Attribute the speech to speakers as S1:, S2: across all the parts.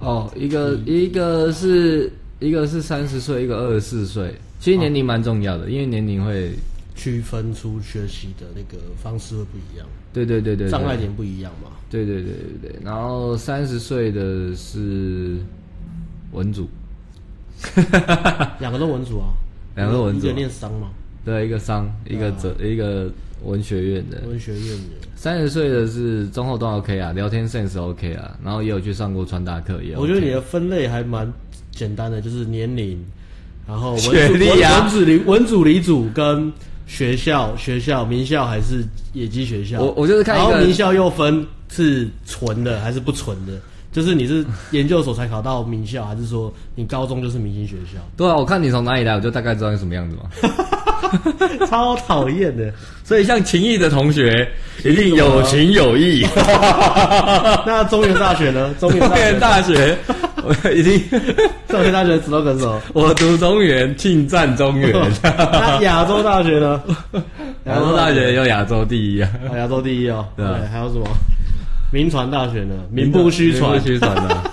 S1: 哦一个
S2: 嗯
S1: 一个是一个是三十岁，一个二十四岁。其实年龄蛮重要的，因为年龄会，
S2: 区分出学习的那个方式会不一样，
S1: 对对对对对，
S2: 障碍点不一样嘛。
S1: 对对对对对，然后三十岁的是文组，
S2: 两个都文组啊，
S1: 两个都文组
S2: 一个念商嘛，
S1: 对，一个商，一个哲，
S2: 啊
S1: 一个文学院的。
S2: 文学院的。
S1: 三十岁的是中后段 OK 啊，聊天 sense OK 啊，然后也有去上过穿搭课，也 OK、
S2: 我觉得你的分类还蛮简单的，就是年龄，然后文
S1: 学历啊
S2: 文文组理文组理组跟学校学校名校还是野鸡学校，
S1: 我我就是看一
S2: 然
S1: 个
S2: 后名校又分是纯的还是不纯的，就是你是研究所才考到名校，还是说你高中就是明星学 校，
S1: 对啊，我看你从哪里来，我就大概知道你什么样 子嘛。
S2: 超讨厌的。
S1: 所以像情谊的同学，一定有情有义。
S2: 那中原大学呢？中原
S1: 中
S2: 大学
S1: 原，大学，我一定，
S2: 中原大学的 slogan 是什么？
S1: 我读中原，庆赞 中原。
S2: 哦那亚洲大学呢？
S1: 亚洲大学有亚洲第一啊，
S2: 啊，亚洲第一哦。
S1: 对啊
S2: 对，还有什么？民传大学呢？名不虚传
S1: 名不。虚传啊。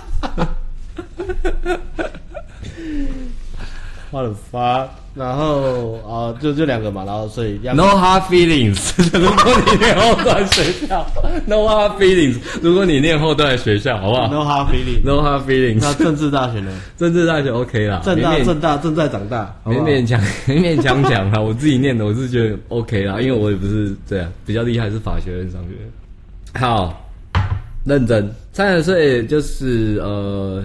S2: 花了发，然后啊、就就两个嘛，然后所以两
S1: No hard feelings 。 如果你念后段学校，No hard feelings。如果你念后段学校，好不好
S2: no hard feeling。
S1: ？No 啊 hard
S2: 那
S1: feelings。
S2: 政治大学呢？
S1: 政治大学 OK 啦，
S2: 政大
S1: 勉勉
S2: 政大正在长大，好不
S1: 勉
S2: 好
S1: 勉强 勉勉强强啦。我自己念的，我是觉得 OK 啦，因为我也不是这样，比较厉害是法学院商学院。好，认真。三十岁就是呃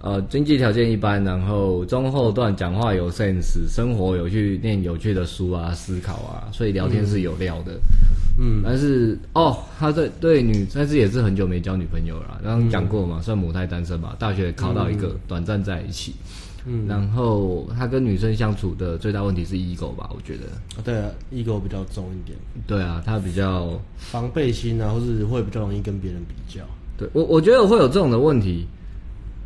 S1: 呃经济条件一般，然后中后段讲话有 sense，生活有去念有趣的书啊，思考啊，所以聊天是有料的。
S2: 嗯，
S1: 但是哦，他对对女，但是也是很久没交女朋友了啦。刚刚讲过嘛，算母胎单身吧。大学考到一
S2: 嗯
S1: 个，短暂在一起。嗯，然后他跟女生相处的最大问题是 ego 吧，我觉得。
S2: 对啊，ego 比较重一点，
S1: 对啊，他比较，
S2: 防备心啊，或是会比较容易跟别人比较。
S1: 对我我觉得会有这种的问题，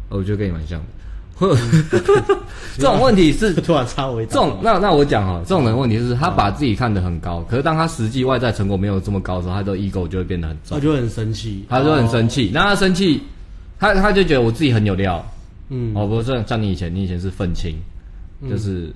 S1: 哦我觉得跟你蛮像的。会有嗯 这种问题是
S2: 突然插我一
S1: 这种，那那我讲哈，这种人的问题是他把自己看得很高，可是当他实际外在成果没有这么高的时候，他的 ego 就会变得很重
S2: 我，就很生气，
S1: 他就很生气。
S2: 哦
S1: 那他生气，他他就觉得我自己很有料，
S2: 嗯，
S1: 哦，不是像像你以前，你以前是愤青，就是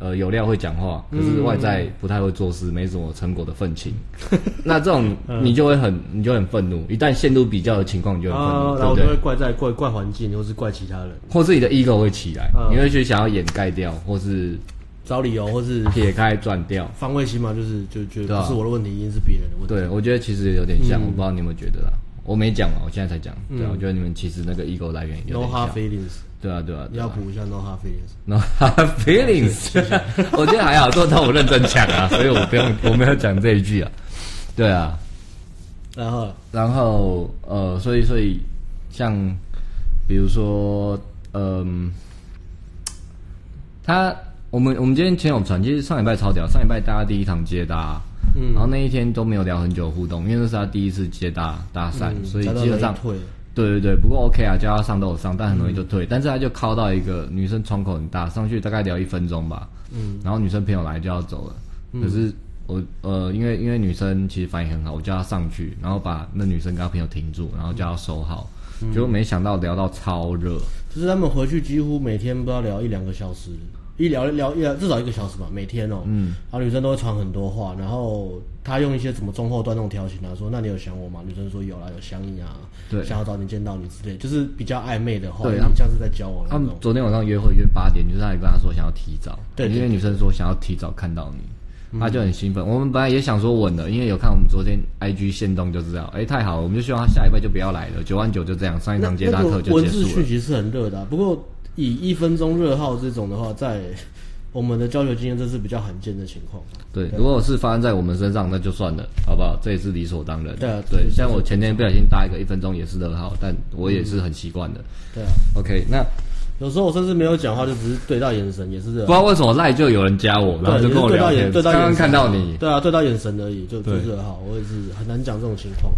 S1: 呃有料会讲话，
S2: 嗯
S1: 可是外在不太会做事，没什么成果的愤青。 那这种
S2: 嗯
S1: 你就会很你就很愤怒，一旦陷入比较的情况，你就很愤
S2: 啊，
S1: 怒，
S2: 然
S1: 对
S2: 后
S1: 不
S2: 就会
S1: 对？
S2: 怪在怪怪环境，或是怪其他人，
S1: 或是你的 ego 会起来，
S2: 嗯
S1: 你会去想要掩盖掉，或是
S2: 找理由，或是
S1: 撇开转掉。
S2: 防卫心嘛，就是就觉
S1: 对啊
S2: 得不是我的问题，一定是别人的问题。
S1: 对，啊我觉得其实有点
S2: 嗯
S1: 像，我不知道你有没有觉得啦。我没讲嘛，我现在才讲。对啊，我觉得你们其实那个 ego 来源有
S2: No
S1: 点
S2: hard
S1: 像。
S2: feelings，
S1: 对啊，对啊，
S2: 你
S1: 对
S2: 要
S1: 啊。
S2: 补一下 No hard feelings。
S1: No hard feelings，我觉 得还好，都当我认真讲啊，所以我不用，我没有讲这一句啊。对啊，
S2: 然后
S1: 然后呃，所以所以像比如说，嗯、他我们我们今天前有传，其实上礼拜超屌，上礼拜大家第一堂接搭，嗯，然后那一天都没有聊很久互动，因为那是他第一次接搭搭讪，所以
S2: 讲到
S1: 基本上
S2: 人退，
S1: 对对对，不过 OK 啊，叫他上都有上，但很容易就退。但是他就靠到一个女生窗口很大，上去大概聊一分钟吧。嗯，然后女生朋友来就要走了，可是我呃，因为因为女生其实反应很好，我叫她上去，然后把那女生跟她朋友停住，然后叫她收好。结果没想到聊到超热，
S2: 就是他们回去几乎每天不知道聊一两个小时，一聊聊一聊至少一个小时吧，每天哦、嗯，然后女生都会传很多话，然后他用一些什么中后段那种调情啊，说那你有想我吗？女生说有啦，有想你啊，
S1: 对
S2: 想要早点见到你之类，就是比较暧昧的话，
S1: 对
S2: 有
S1: 他们
S2: 点像是在交往
S1: 他
S2: 那
S1: 们
S2: 种。
S1: 昨天晚上约会约八点，就是他还跟他说想要提早，
S2: 对嗯对
S1: 因为女生说想要提早看到你，他就很兴奋。我们本来也想说稳了，因为有看我们昨天 IG 线动就知道，哎、太好了，我们就希望他下礼拜就不要来了，九万九就这样，上一
S2: 那
S1: 堂接
S2: 那
S1: 搭
S2: 个
S1: 课就
S2: 文
S1: 结
S2: 字
S1: 束
S2: 讯
S1: 了。
S2: 息是很热的啊、不过以一分钟热号这种的话，在我们的教学经验这是比较罕见的情况。啊
S1: 对，如果是发生在我们身上，那就算了，好不好？这也是理所当然。
S2: 对啊
S1: 对，
S2: 这
S1: 像我前天不小心搭一个一分钟也是热号，但我也是很习惯的。
S2: 对啊，
S1: OK，那
S2: 有时候我甚至没有讲话，就只是对到眼神，也是热
S1: 不知道为什么赖就有人加我，然后
S2: 对，
S1: 就跟我
S2: 对
S1: 聊
S2: 到眼，
S1: 天，
S2: 对
S1: 刚
S2: 到眼
S1: 刚
S2: 神
S1: 看到你。
S2: 对啊，对到眼神而已，就就
S1: 对
S2: 是好，我也是很难讲这种情况，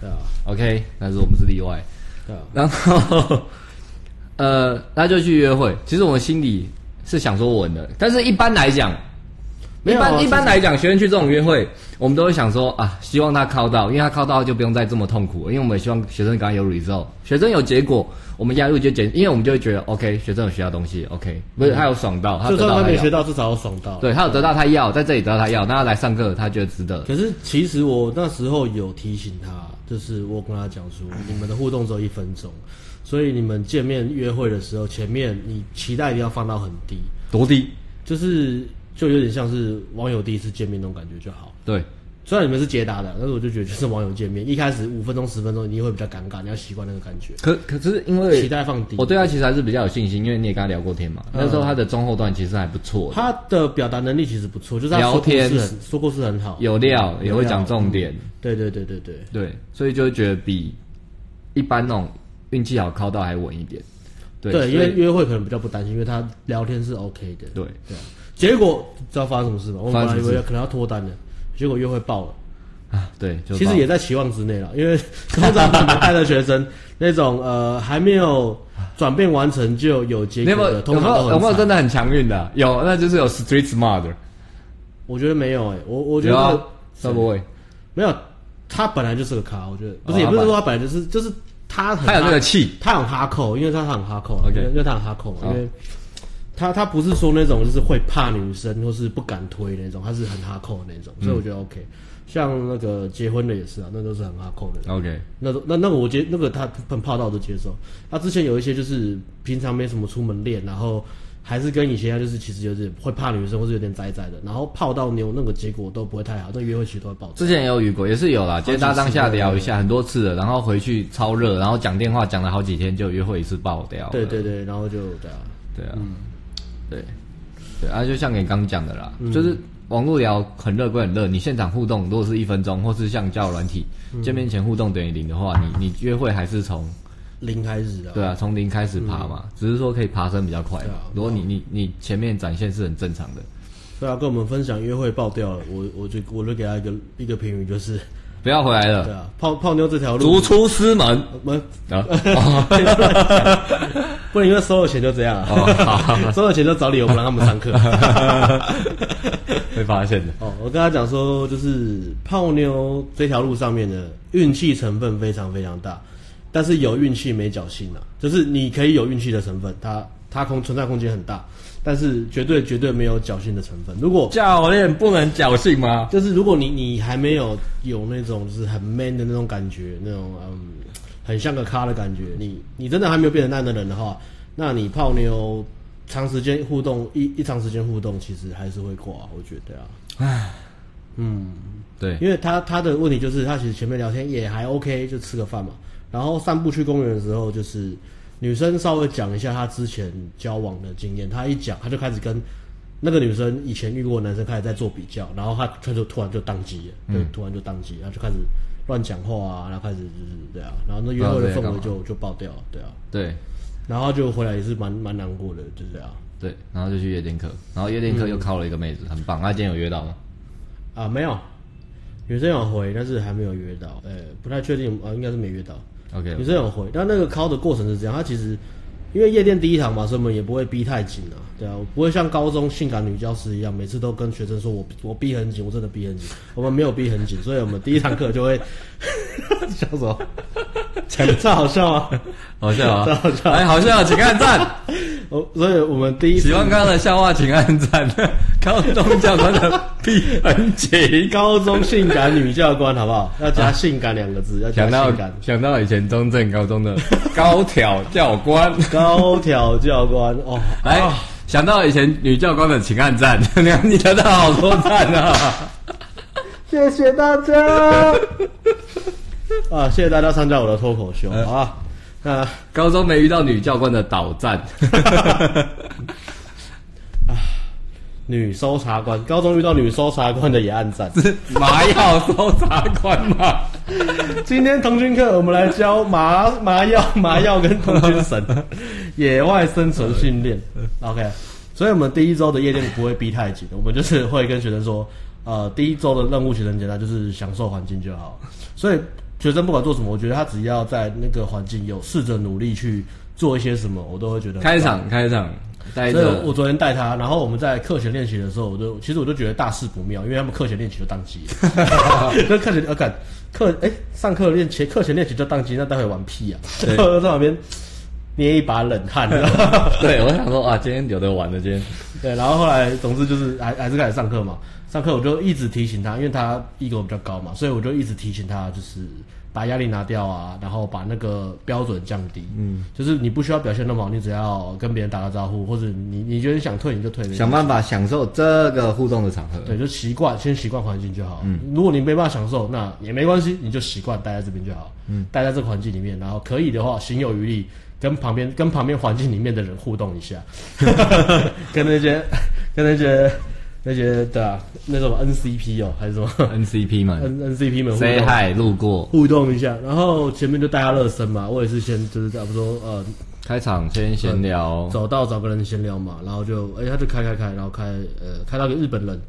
S2: 对啊，
S1: OK，但是我们是例外。
S2: 对啊，
S1: 然后， 呃，他就去约会。其实我心里是想说稳的，但是一般来讲，
S2: 没
S1: 一
S2: 有啊
S1: 般
S2: 其
S1: 一
S2: 实
S1: 般来讲，学生去这种约会，我们都会想说啊，希望他靠到，因为他靠到就不用再这么痛苦了，因为我们希望学生刚刚有 result，学生有结果，我们压力就减，因为我们就会觉得 OK，学生有学到东西，OK，不是他有爽到，他
S2: 就
S1: 得
S2: 算
S1: 到
S2: 他
S1: 他
S2: 没学
S1: 要，
S2: 到，至少我爽到。啊
S1: 对他有得到他要，在这里得到他要，那他来上课他觉得值得，
S2: 可是其实我那时候有提醒他，就是我跟他讲说，你们的互动只有一分钟，所以你们见面约会的时候，前面你期待一定要放到很低，
S1: 多低，
S2: 就是就有点像是网友第一次见面那种感觉就好。
S1: 对，
S2: 虽然你们是解答的，但是我就觉得就是网友见面，一开始五分钟十分钟你会比较尴尬，你要习惯那个感觉，
S1: 可可是因为
S2: 期待放低
S1: 我。对他其实还是比较有信心，因为你也跟他聊过天嘛。那时候他的中后段其实还不错，
S2: 他的表达能力其实不错，就是他
S1: 聊
S2: 说故
S1: 天
S2: 事很说故事很好，
S1: 有料嗯也会讲重点，
S2: 对对对对对，
S1: 对，所以就会觉得比一般那种运气好靠到还稳一点。对，
S2: 对，因
S1: 所
S2: 为
S1: 以
S2: 约会可能比较不担心，因为他聊天是 OK 的。
S1: 对
S2: 对啊，结果知道发生什么事吗？我
S1: 发
S2: 本
S1: 生
S2: 来
S1: 什
S2: 以
S1: 么事
S2: 为可能要脱单了，结果约会爆了。
S1: 啊，对，就
S2: 其实也在期望之内了，因为通常我们带的学生那种呃还没有转变完成就有结
S1: 你有没
S2: 果
S1: 有
S2: 的，
S1: 有
S2: 通
S1: 没
S2: 常
S1: 有
S2: 都
S1: 有没有
S2: 很
S1: 真
S2: 惨。
S1: 的很强运的？有，那就是有 street smart，
S2: 我觉得没有哎，我我觉
S1: 有啊
S2: 得
S1: ，subway，
S2: 没有，他本来就是个咖，我觉得不
S1: 哦
S2: 是也
S1: 他
S2: 不是
S1: 本
S2: 说他本来就是就是他很
S1: 他有那
S2: 哈
S1: 个气，
S2: 他很哈扣，因为他很哈扣
S1: OK
S2: 因为因为他很哈扣，
S1: 好
S2: 因为他他不是说那种就是会怕女生或是不敢推那种，他是很哈扣的那种，所以我觉得 OK。像那个结婚的也是啊，那都是很哈扣的人。
S1: OK，
S2: 那种那那个我接那个他很泡到我都接受。他之前有一些就是平常没什么出门练，然后还是跟以前一样，就是其实有点会怕女生或是有点宅宅的，然后泡到妞那个结果都不会太好，那约会其实都会爆炸。
S1: 之前也有遇过，也是有啦，
S2: 几
S1: 接搭当下
S2: 次了
S1: 聊一下很多次了，然后回去超热，然后讲电话讲了好几天，就约会一次爆掉了。
S2: 对对对，然后就对啊，
S1: 对啊，对，对啊，就像你刚讲的啦，就是网络聊很热归很热，你现场互动如果是一分钟，或是像交友软体、见面前互动等于零的话，你你约会还是从
S2: 零开始的。
S1: 对啊从零开始爬嘛，只是说可以爬升比较快
S2: 对啊
S1: 嘛。如果你你你前面展现是很正常的，
S2: 对啊，跟我们分享约会爆掉了，我我就我就给他一个一个评语，就是
S1: 不要回来
S2: 对
S1: 了，
S2: 啊，泡泡妞这条
S1: 逐
S2: 路，
S1: 出师门
S2: 我们
S1: 啊！哦
S2: 不能因为收了钱就这样啊，
S1: 哦好
S2: 收了钱就找理由不让他们 上课。
S1: 会发现的，
S2: 哦，我跟他讲说，就是泡妞这条路上面的运气成分非常非常大，但是有运气没侥幸啊，就是你可以有运气的成分，它它空存在空间很大，但是绝对绝对没有侥幸的成分。如果
S1: 教练不能侥幸吗？
S2: 就是如果你你还没有有那种就是很 man 的那种感觉，那种嗯，很像个咖的感觉，你你真的还没有变成那样的人的话，那你泡妞长时间互动一一长时间互动，其实还是会挂，我觉得啊，
S1: 对，
S2: 因为他他的问题就是他其实前面聊天也还 OK，就吃个饭嘛，然后散步去公园的时候，就是女生稍微讲一下她之前交往的经验，她一讲，她就开始跟那个女生以前遇过的男生开始在做比较，然后她她就突然就宕机了，对，突然就宕机，然后就开始乱讲话啊，然后开始就是对啊，然后那约会的氛围就就爆掉了，对啊，
S1: 对。
S2: 然后就回来也是蛮蛮难过的，就这样
S1: 对，然后就去夜店课，然后夜店课又靠了一个妹子，很棒。她今天有约到吗？
S2: 啊，没有。女生有回，但是还没有约到，呃，不太确定，啊，应该是没约到。
S1: OK，
S2: 女生有回，但那个敲的过程是这样，她其实因为夜店第一堂嘛，所以我们也不会逼太紧啊，对啊，我不会像高中性感女教师一样，每次都跟学生说我我逼很紧，我真的逼很紧，我们没有逼很紧，所以我们第一堂课就会 笑什么？讲这好笑啊！
S1: 好笑
S2: 这
S1: 啊
S2: 好！笑
S1: 哎，好笑，请按 赞。
S2: 我所以我们第一
S1: 喜欢刚刚的笑话，请按赞。 高中教官的屁很紧，
S2: 高中性感女教官好不好？要加性感两个字，要加
S1: 想 到
S2: 性感。
S1: 想到以前中正高中的 高挑教 官，
S2: 高挑教官哦，
S1: 来想到以前女教官的，请按赞。 你看你得到好多赞啊！
S2: 谢谢大家。 啊，谢谢大家参加我的脱口秀啊。那
S1: 高中没遇到女教官的倒赞，
S2: 女搜查官，高中遇到女搜查官的也暗赞。
S1: 是麻药搜查官吗？
S2: 今天童军课我们来教麻麻药、麻药跟童军绳、 野外生存训练。OK，所以我们第一周的夜店不会逼太紧，我们就是会跟学生说，呃，第一周的任务其实很简单，就是享受环境就好。所以学生不管做什么，我觉得他只要在那个环境有试着努力去做一些什么，我都会觉得很
S1: 开
S2: 棒
S1: 场开场，待
S2: 所以
S1: 着
S2: 我昨天带他，然后我们在课前练习的时候，我就其实我就觉得大事不妙，因为他们课前练习就宕机了， 那课前呃干课哎、上课练前课前练习就宕机，那待会玩屁啊！
S1: 对
S2: 然后在旁边捏一把冷汗，你知道吗
S1: 对，我想说啊，今天有的玩了，今天
S2: 对，然后后来总之就是还还是开始上课嘛，上课我就一直提醒他，因为他一个我比较高嘛，所以我就一直提醒他，就是把压力拿掉啊，然后把那个标准降低，嗯，就是你不需要表现那么好，你只要跟别人打个招呼，或者你你觉得想退你就退，没关系
S1: 想办法享受这个互动的场合。
S2: 对，就习惯，先习惯环境就好。嗯，如果你没办法享受，那也没关系，你就习惯待在这边就好。嗯，待在这个环境里面，然后可以的话，行有余力，跟旁边跟旁边环境里面的人互动一下，跟那些跟那些那些对啊，那种 NCP 哦，还是什么
S1: NCP 嘛
S2: N NCP 们互
S1: ，say
S2: 动
S1: hi，路过，
S2: 互动一下。然后前面就带他热身嘛，我也是先就是差不多呃
S1: 开场先闲聊，
S2: 走到找个人闲聊嘛，然后就哎、他就开开开，然后开呃开到一个日本人，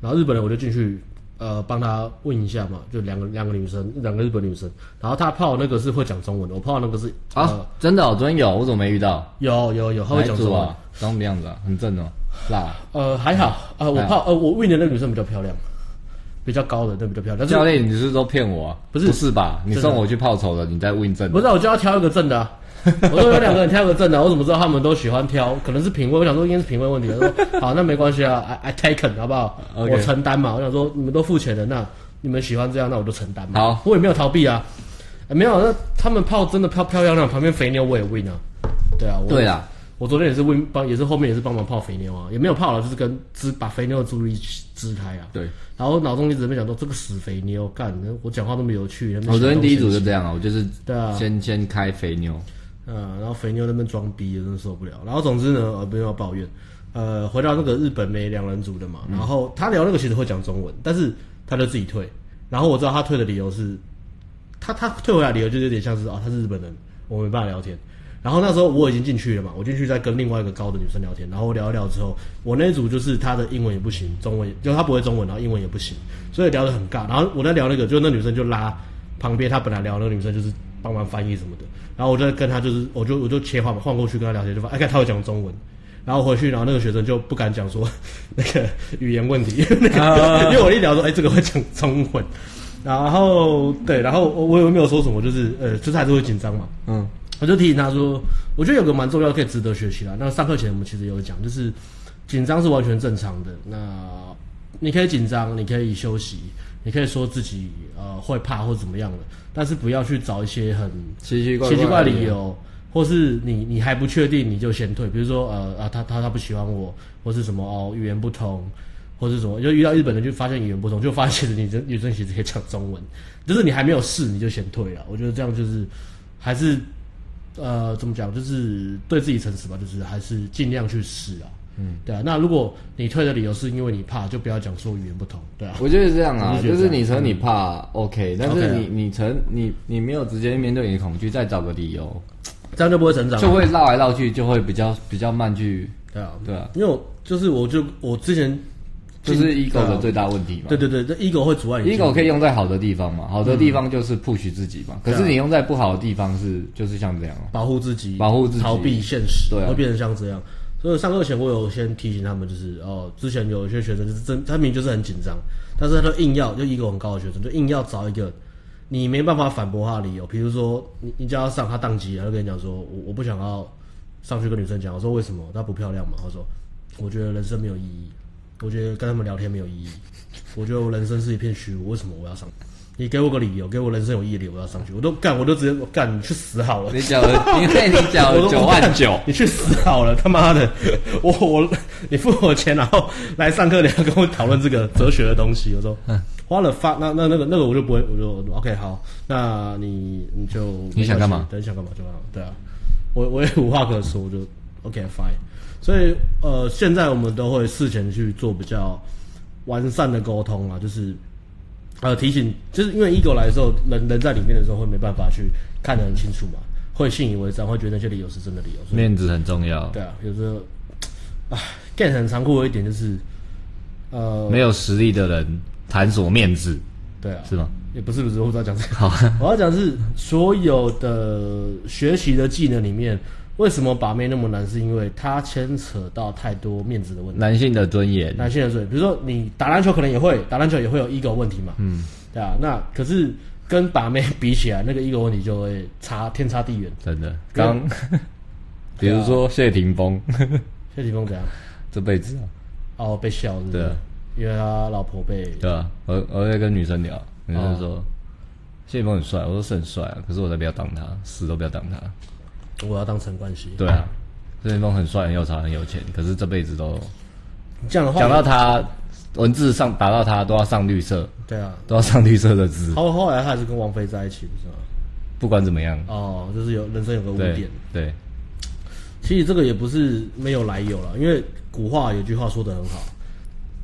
S2: 然后日本人我就进去呃帮他问一下嘛，就两个两个女生，两个日本女生，然后他泡那个是会讲中文的，我泡那个是呃
S1: 啊，真的哦，昨天有，我怎么没遇到？
S2: 有有有他会
S1: 哪
S2: 讲
S1: 一
S2: 中
S1: 组
S2: 文，
S1: 啊，长什么样子啊？很正哦，辣。
S2: 呃还好啊、呃我泡呃我问的那个女生比较漂亮，比较高的那比较漂亮，但
S1: 教
S2: 是
S1: 练，你是都骗我啊？
S2: 不是
S1: 不是吧？你
S2: 真的
S1: 送我去泡丑了，你在问正
S2: 不？是啊我就要挑一个正的、 啊。我说有两个人挑一个正的啊，我怎么知道他们都喜欢挑？可能是品味，我想说应该是品味问题。他说好，那没关系啊，I I taken 好不好
S1: OK
S2: 我承担嘛。我想说你们都付钱了，那你们喜欢这样，那我就承担嘛。
S1: 好，
S2: 我也没有逃避啊，哎没有。那他们泡真的泡漂亮亮，旁边肥妞我也 win 啊。对啊，我
S1: 对啊，
S2: 我昨天也是 win 帮，也是后面也是帮忙泡肥妞啊，也没有泡了，就是跟支把肥妞的注意力支开啊。
S1: 对，
S2: 然后脑中一直在那边想说这个死肥妞，干，我讲话都没有趣。
S1: 我昨天第一组
S2: 就。
S1: 就这样啊，我就是
S2: 对啊
S1: 先先开肥牛，
S2: 嗯，然后肥妞在那边装逼，真的受不了。然后总之呢，呃，不用要抱怨。呃，回到那个日本美两人组的嘛，然后他聊那个其实会讲中文，但是他就自己退。然后我知道他退的理由是，他他退回来的理由就有点像是哦，他是日本人，我没办法聊天。然后那时候我已经进去了嘛，我进去在跟另外一个高的女生聊天，然后聊一聊之后，我那一组就是她的英文也不行，中文也就她不会中文，然后英文也不行，所以聊得很尬。然后我在聊那个，就那女生就拉旁边她本来聊那个女生就是帮忙翻译什么的，然后我就跟她就是我就我就切换嘛，换过去跟她聊天，就发现哎，看她会讲中文。然后回去，然后那个学生就不敢讲说 那个语言问题， 那个因为我一聊说，哎、这个会讲中文，然后对，然后我我也没有说什么，就是呃，就是还是会紧张嘛，
S1: 嗯，
S2: 我就提醒他说，我觉得有个蛮重要可以值得学习啦。那上课前我们其实有讲，就是紧张是完全正常的。那你可以紧张，你可以休息，你可以说自己呃会怕或怎么样的，但是不要去找一些很
S1: 奇奇怪
S2: 奇奇怪
S1: 的
S2: 理。由，或是你你还不确定你就先退，比如说呃啊他他他不喜欢我，或是什么哦语言不通，或是什么，就遇到日本人就发现语言不通，就发现其实你这女生其实可以讲中文，就是你还没有试你就先退了，我觉得这样就是还是呃怎么讲，就是对自己诚实吧，就是还是尽量去试啊。嗯，对啊，那如果你退的理由是因为你怕，就不要讲说语言不通，对啊，
S1: 我觉得是这样啊
S2: 我，是觉
S1: 就
S2: 得
S1: 是你承认你怕 OK，但是
S2: OK 啊
S1: 你你承你你没有直接面对你的恐惧，再找个理由，
S2: 这样就不会成长啊，
S1: 就会绕来绕去，就会比较比较慢去，
S2: 对啊，
S1: 对啊，
S2: 因为我就是我就我之前
S1: 就是 ego 的最大问题嘛。
S2: 对对啊对，这 ego 会阻碍你进步。
S1: 啊 ego 可以用在好的地方嘛，好的地方就是 push 自己嘛，可是
S2: 对啊
S1: 你用在不好的地方是就是像这样哦。
S2: 保护自己，
S1: 保护自己
S2: 逃避现实，
S1: 对啊
S2: 会变成像这样。所以上课前我有先提醒他们，就是哦，之前有一些学生就是真，他明明就是很紧张，但是他就硬要就 ego 很高的学生，就硬要找一个你没办法反驳他的理由，比如说你你叫他上，他宕机，他就跟你讲说，我我不想要上去跟女生讲，我说为什么？她不漂亮嘛？他说，我觉得人生没有意义，我觉得跟他们聊天没有意义，我觉得我人生是一片虚无，为什么我要上？你给我个理由，给我人生有意义的理由，我要上去，我都干，我都直接干，你去死好了。
S1: 你缴了，因为你缴了九万九，
S2: 你去死好了！他妈的，我我你付我钱，然后来上课，你要跟我讨论这个哲学的东西，我说，
S1: 嗯
S2: 花了发那那那个那个我就不会，我就 OK 好，那你你就
S1: 你想干嘛？
S2: 对，你想干嘛就干嘛，对啊，我我也无话可说，我就 OK fine。所以呃，现在我们都会事前去做比较完善的沟通啊，就是呃提醒，就是因为 ego 来的时候，人人在里面的时候会没办法去看得很清楚嘛，会信以为真，会觉得那些理由是真的理由。所以
S1: 面子很重要，
S2: 对啊，有时候，唉，get 很残酷的一点就是，呃，
S1: 没有实力的人谈什么面子
S2: 对啊，
S1: 是吗？
S2: 也不是不是，我不知道讲这个。
S1: 好，
S2: 我要讲是所有的学习的技能里面，为什么把妹那么难？是因为它牵扯到太多面子的问题。
S1: 男性的尊严，
S2: 男性的罪，比如说你打篮球可能也会打篮球也会有 ego 问题嘛，嗯，对啊，那可是跟把妹比起来，那个 ego 问题就会差天差地远。
S1: 真的。刚， 比如
S2: 啊
S1: 说谢霆锋，
S2: 谢霆锋怎样？
S1: 这辈子啊，
S2: 哦，被笑是不是
S1: 对啊
S2: 因为他老婆被
S1: 对啊，我我在跟女生聊，女
S2: 哦
S1: 生说、谢霆锋很帅，我说是很帅啊，可是我才不要当他，死都不要当他。
S2: 我要当陈冠希，
S1: 对啊，谢霆锋很帅，很有才，很有钱，可是这辈子都
S2: 这样的话，
S1: 讲到他文字上打到他都要上绿色，
S2: 对啊，
S1: 都要上绿色的字，
S2: 后后来他还是跟王菲在一起，不是吗？
S1: 不管怎么样，
S2: 哦，就是有人生有个污
S1: 对
S2: 点。
S1: 对，
S2: 其实这个也不是没有来由了，因为古话有句话说的很好，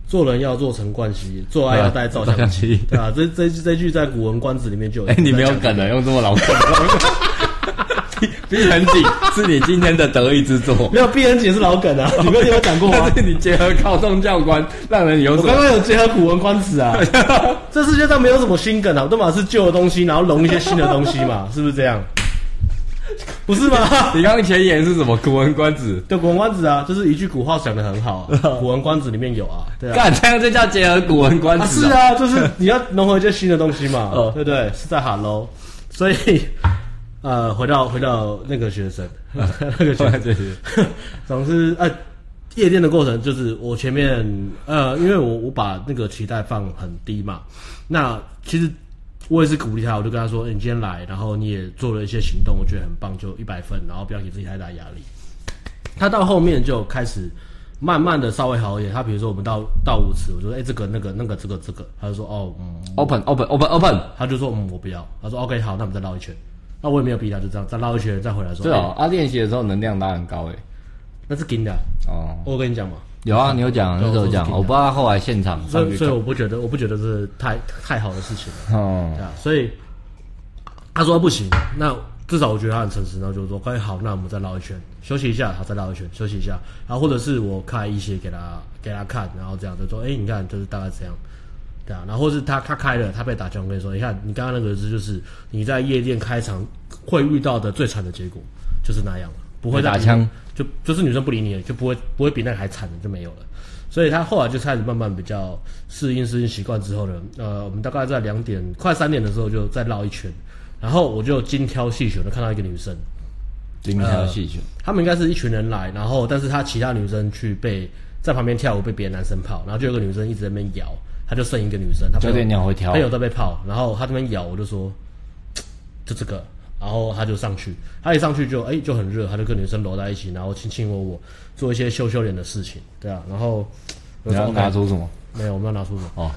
S2: 做人要做陈冠希，做爱要带照
S1: 对啊
S2: 相
S1: 照相
S2: 机
S1: 机，
S2: 对啊，这这这句在《古文观止》里面就有。
S1: 哎、你没有 梗了，用这么老梗， 逼很紧，是你今天的得意之作。
S2: 没有，毕人姐 是老梗啊， 你没有听我讲过吗
S1: 但？是你结合靠众教官，让人有
S2: 我
S1: 所
S2: 刚刚有结合《古文观止》 啊，这世界上没有什么新梗啊，都嘛是旧的东西，然后融一些新的东西 嘛，是不是这样？不是吗？
S1: 你刚刚前言是什么？古文观止。
S2: 对，《古文观止》啊，就是一句古话讲的很好、 啊，《古文观止》里面有啊，对啊。
S1: 干，这样就叫结合古文观
S2: 啊，
S1: 止、
S2: 是啊，就是你要融合一些新的东西 嘛，
S1: 哦
S2: 对不对？是在 Hello，所以呃，回到回到那个学生， 那个学生，
S1: 对对
S2: 总之呃，夜店的过程就是我前面呃，因为我我把那个期待放很低嘛，那其实我也是鼓励他，我就跟他说，欸、你今天来，然后你也做了一些行动，我觉得很棒，就一百分，然后不要给自己太大压力。他到后面就开始慢慢的稍微好一点，他比如说我们到到舞池，我就说，哎、这个那个那个这个这个，他就说，哦，嗯，
S1: ，open open open open，
S2: 他就说，嗯，我不要，他说，OK，好，那我们再绕一圈。那我也没有逼他，就这样再绕一圈，再回来说，
S1: 对
S2: 欸
S1: 哦，啊，练习的时候能量拉很高诶。
S2: 那是金的啊。
S1: 哦，
S2: 我跟你讲嘛，
S1: 有啊，你有讲，那时候有讲，我不知道他后来现场
S2: 所
S1: 上
S2: 以
S1: 去
S2: 所以我不觉得，我不觉得这是太太好的事情了，
S1: 看。哦
S2: 对，啊，所以他说不行，那至少我觉得他很诚实，然后就说，哎，好，那我们再绕一圈，休息一下，好，再绕一圈，休息一下，然后或者是我开一些给他给他看，然后这样就说，哎，你看，就是大概这样。对啊，然后或是他他开了，他被打枪，我跟你说，你看你刚刚那个字就是你在夜店开场会遇到的最惨的结果，就是那样了，不会
S1: 被打
S2: 让你
S1: 枪，
S2: 就就是女生不理你了，就不会不会比那个还惨的就没有了。所以他后来就开始慢慢比较适应适应习惯之后呢，呃，我们大概在两点快三点的时候就再绕一圈，然后我就精挑细选的看到一个女生，
S1: 精挑
S2: 呃
S1: 细选。
S2: 他们应该是一群人来，然后但是他其他女生去被在旁边跳舞被别的男生泡，然后就有个女生一直在那边摇，他就剩一个女生，他朋友
S1: 教练娘会挑
S2: 朋友在被泡，然后他这边摇，我就说嘖就这个，然后他就上去，他一上去就哎、就很热，他就跟女生搂在一起，然后亲亲我我，做一些羞羞脸的事情，对啊，然后
S1: 你要拿
S2: 拿
S1: 出什么？
S2: 没有，我们要拿出什么？
S1: 哦，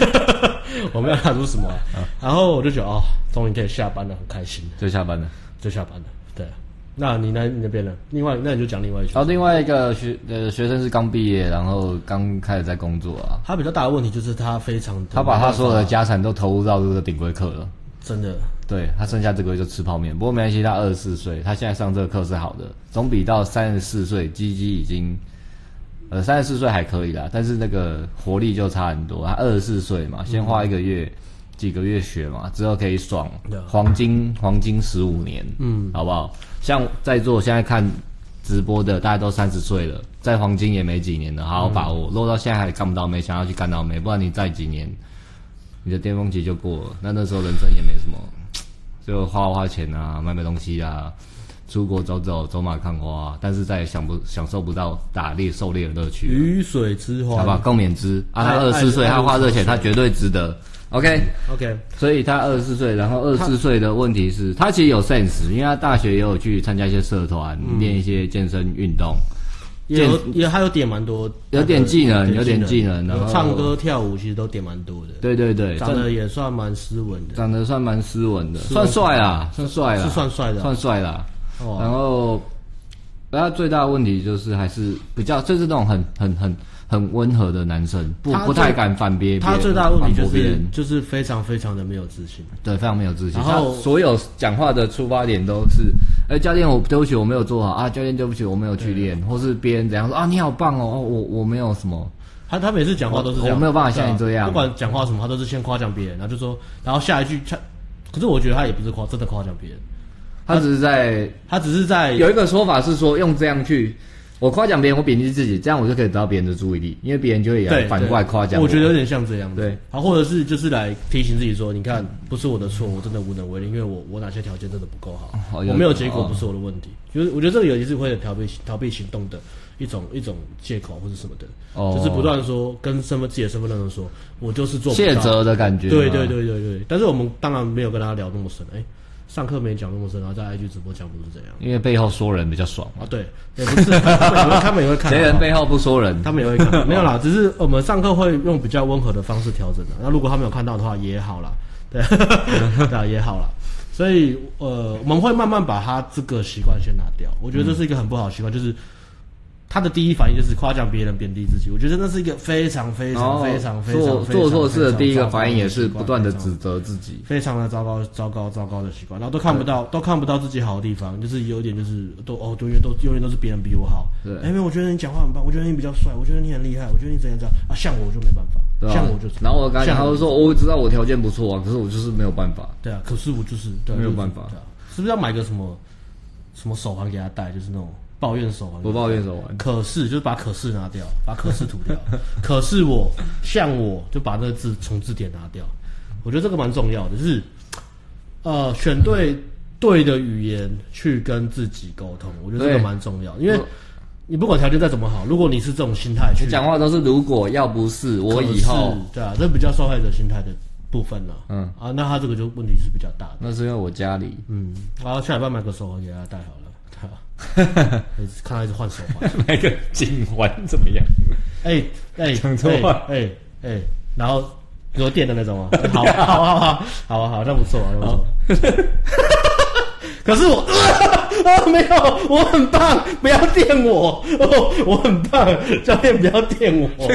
S2: 我们要拿出什么啊、然后我就觉得哦，终于可以下班了，很开心，
S1: 就下班了。
S2: 就下班了，对啊。那你那你那边呢？另外，那你就讲另外一群
S1: 然。后另外一个学呃学生是刚毕业，然后刚开始在工作啊，
S2: 他比较大的问题就是他非常的
S1: 他把他所有的家产都投入到这个顶规课了。
S2: 真的
S1: 对他剩下这个月就吃泡面，不过没关系，他二十四岁，他现在上这个课是好的，总比到三十四岁鸡鸡已经，呃，三十四岁还可以啦，但是那个活力就差很多。他二十四岁嘛，先花一个月、几个月学嘛，之后可以爽
S2: 对啊
S1: 黄金黄金十五年，嗯，好不好？像在座现在看直播的，大家都三十岁了，在黄金也没几年了，好好把握。落到现在还干不到妹，想要去干到妹，不然你再几年，你的巅峰期就过了，那那时候人生也没什么。就花花钱啊，买买东西啊，出国走走，走马看花、啊但是再也享不享受不到打猎狩猎的乐趣，啊
S2: 鱼水之
S1: 好吧？
S2: 欢。
S1: 共勉之啊！
S2: 嗯
S1: 他
S2: 爱
S1: 二十四岁，
S2: 爱
S1: 他花这钱，他绝对值得。OK，
S2: OK，
S1: 所以他二十四岁，然后二十四岁的问题是，他其实有 sense，因为他大学也有去参加一些社团，
S2: 嗯
S1: 练一些健身运动，
S2: 也有也还有点蛮多，
S1: 有点技能，有点技能，然
S2: 有
S1: 后
S2: 唱，歌跳舞其实都点蛮多的，
S1: 对对对，
S2: 长
S1: 长
S2: 得也算蛮斯文的，
S1: 长得算蛮斯文的，算帅啦，算帅啦，
S2: 是算帅的啊
S1: 算帅啦。
S2: 哦
S1: 然后，然后最大的问题就是还是比较，就是那种很很很很温和的男生，不
S2: 他最
S1: 不太敢反别
S2: 他最大的问题就
S1: 反驳别
S2: 是
S1: 人
S2: 就是非常非常的没有自信，
S1: 对非常没有自信。
S2: 然后
S1: 他所有讲话的出发点都是，哎、教练我对不起我没有做好啊，教练对不起我没有去练，或是别人怎样说啊你好棒哦，哦我我没有什么，
S2: 他他每次讲话都是这样，
S1: 我我没有办法像你这
S2: 对啊
S1: 样
S2: 不管讲话什么，他都是先夸奖别人，然后就说，然后下一句他，可是我觉得他也不是夸，真的夸奖别人，
S1: 他只是在
S2: 他只是在
S1: 有一个说法是说用这样去，我夸奖别人，我贬低自己，这样我就可以得到别人的注意力，因为别人就会也
S2: 对
S1: 反过来夸奖
S2: 我觉得有点像这样子。
S1: 对，
S2: 啊，或者是就是来提醒自己说，你看，不是我的错，我真的无能为力，因为我我哪些条件真的不够好，
S1: 好有
S2: 我没有结果
S1: 哦
S2: 不是我的问题。就是我觉得这个也是会逃避逃避行动的一种一种借口或者什么的，
S1: 哦
S2: 就是不断地说跟身份自己的身份认同说，我就是做不
S1: 谢
S2: 到。
S1: 责的感觉。
S2: 对对，对对对，但是我们当然没有跟他聊那么深，哎、上课没讲那么深，然后在 IG 直播讲不是这样
S1: 因为背后说人比较爽
S2: 啊，，
S1: 嘛
S2: 对，也不是，他们也会看，啊好不
S1: 谁人
S2: 好
S1: 背后不说人？
S2: 他们也会 看，没有啦，只是我们上课会用比较温和的方式调整的。那如果他们有看到的话，也好啦，对， 对啊，也好啦。所以呃，我们会慢慢把他这个习惯先拿掉。我觉得这是一个很不好的习惯，就是他的第一反应就是夸奖别人、贬低自己。我觉得那是一个非常非
S1: 然后
S2: 常非常非常
S1: 哦做
S2: 非常
S1: 做错事的第一个反应也是
S2: 非常
S1: 不断的
S2: 非常
S1: 指责自己。
S2: 非常的糟糕、糟糕、糟糕的习惯，然后都看不到，都看不到自己好的地方，就是有一点就是都哦，永远都永远都是别人比我好。
S1: 对
S2: 哎，没有，我觉得你讲话很棒，我觉得你比较帅，我觉得你很厉害，我觉得你怎样怎样啊，像我就没办法，
S1: 对吧啊
S2: 像我就是。
S1: 然后我刚才
S2: 像
S1: 他就说，哦我知道我条件不错啊，可是我就是没有办法。
S2: 对啊，可是我就是对啊、
S1: 没有
S2: 就是
S1: 办法
S2: 对啊，是不是要买个什么什么手环给他戴，就是那种抱怨手环？
S1: 不抱怨手环，
S2: 可是就是把可是拿掉，把可是 涂掉。可是我像我就把那个字从字典拿掉。我觉得这个蛮重要的，就是呃选对对的语言去跟自己沟通，我觉得这个
S1: 对
S2: 蛮重要，因为你不管条件再怎么好，如果你是这种心态去
S1: 你讲话都是如果要不是我以后
S2: 可，是对啊，这比较受害者心态的部分了、
S1: 嗯
S2: 啊，那他这个就问题是比较大的。
S1: 那是因为我家里
S2: 嗯，然后下礼拜买个手环给他戴好了，对吧？每次看他一直换手环。
S1: 买个金环怎么样？
S2: 哎哎，
S1: 讲错话
S2: 哎哎哎，然后有电的那 种啊，好好好好好啊好，那不错啊，那不错。可是我 啊没有，我很棒，不要电我，哦，我很棒，教练不要电我， 我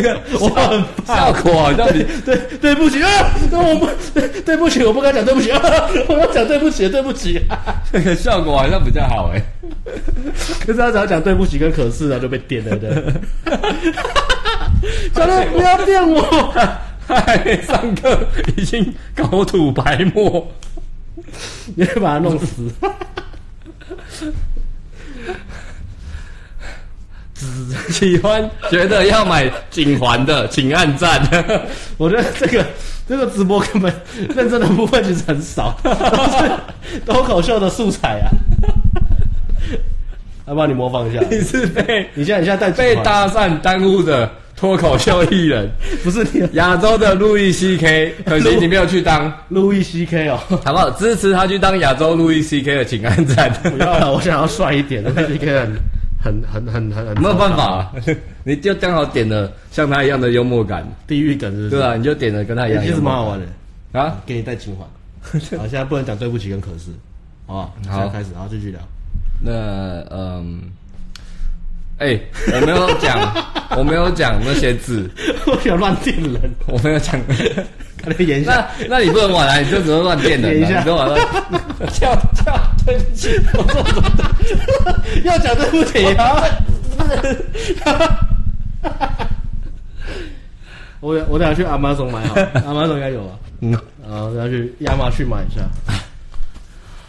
S2: 很棒。
S1: 效果好像比
S2: 对对不起啊，我不对对不起，我不该讲对不起啊，我要讲对不起，对不起、 啊。
S1: 这个效果好像比较好哎、
S2: 可是他只要讲对不起跟可是啊，就被电了，对不 对？教练不要电我。
S1: 他还没上课，已经口吐白沫。
S2: 你会把他弄死。
S1: 喜欢觉得要买锦环 的，请按赞。
S2: 我觉得这个 这个直播根本认真的部分其实很少， 都是都搞笑的素材啊。 要不然你模仿一下，
S1: 你是被
S2: 你现在你现在带
S1: 被
S2: 几款，
S1: 搭讪耽误的脱口秀艺 人，
S2: 不是你
S1: 亚洲的路易 C K，可惜你没有去当，
S2: 路易 C K 哦。
S1: 好不好？支持他去当亚洲路易 C K 的，请按 赞。
S2: 不要 了，我想要帅一点，路易 C K 很很很很很很
S1: 没有办法、 你就刚好点了像他一样的幽默感，
S2: 地狱梗是不是？哎
S1: 对啊，你就点了跟他一
S2: 也
S1: 样
S2: 其
S1: 幽
S2: 实
S1: 默
S2: 蛮
S1: 感
S2: 好玩的，
S1: 啊。
S2: 给你带情 怀。好，现在不能讲对不起跟可是，好不
S1: 哦
S2: 好？现在开始，好继续聊。
S1: 那嗯，哎、我没有讲，我没有讲那些字，
S2: 我想乱电 人，
S1: 我没有讲。
S2: 可能演一下。
S1: 那那你不能玩啊，你就只会乱电
S2: 等
S1: 人、
S2: 一
S1: 啊，
S2: 下
S1: 你都玩乱。跳跳，对不起，我做错了。
S2: 要讲对不起啊！ 我我等下去阿妈松买好，阿妈松应该有吧？啊
S1: 嗯，
S2: 然后等下去亚马逊买一下。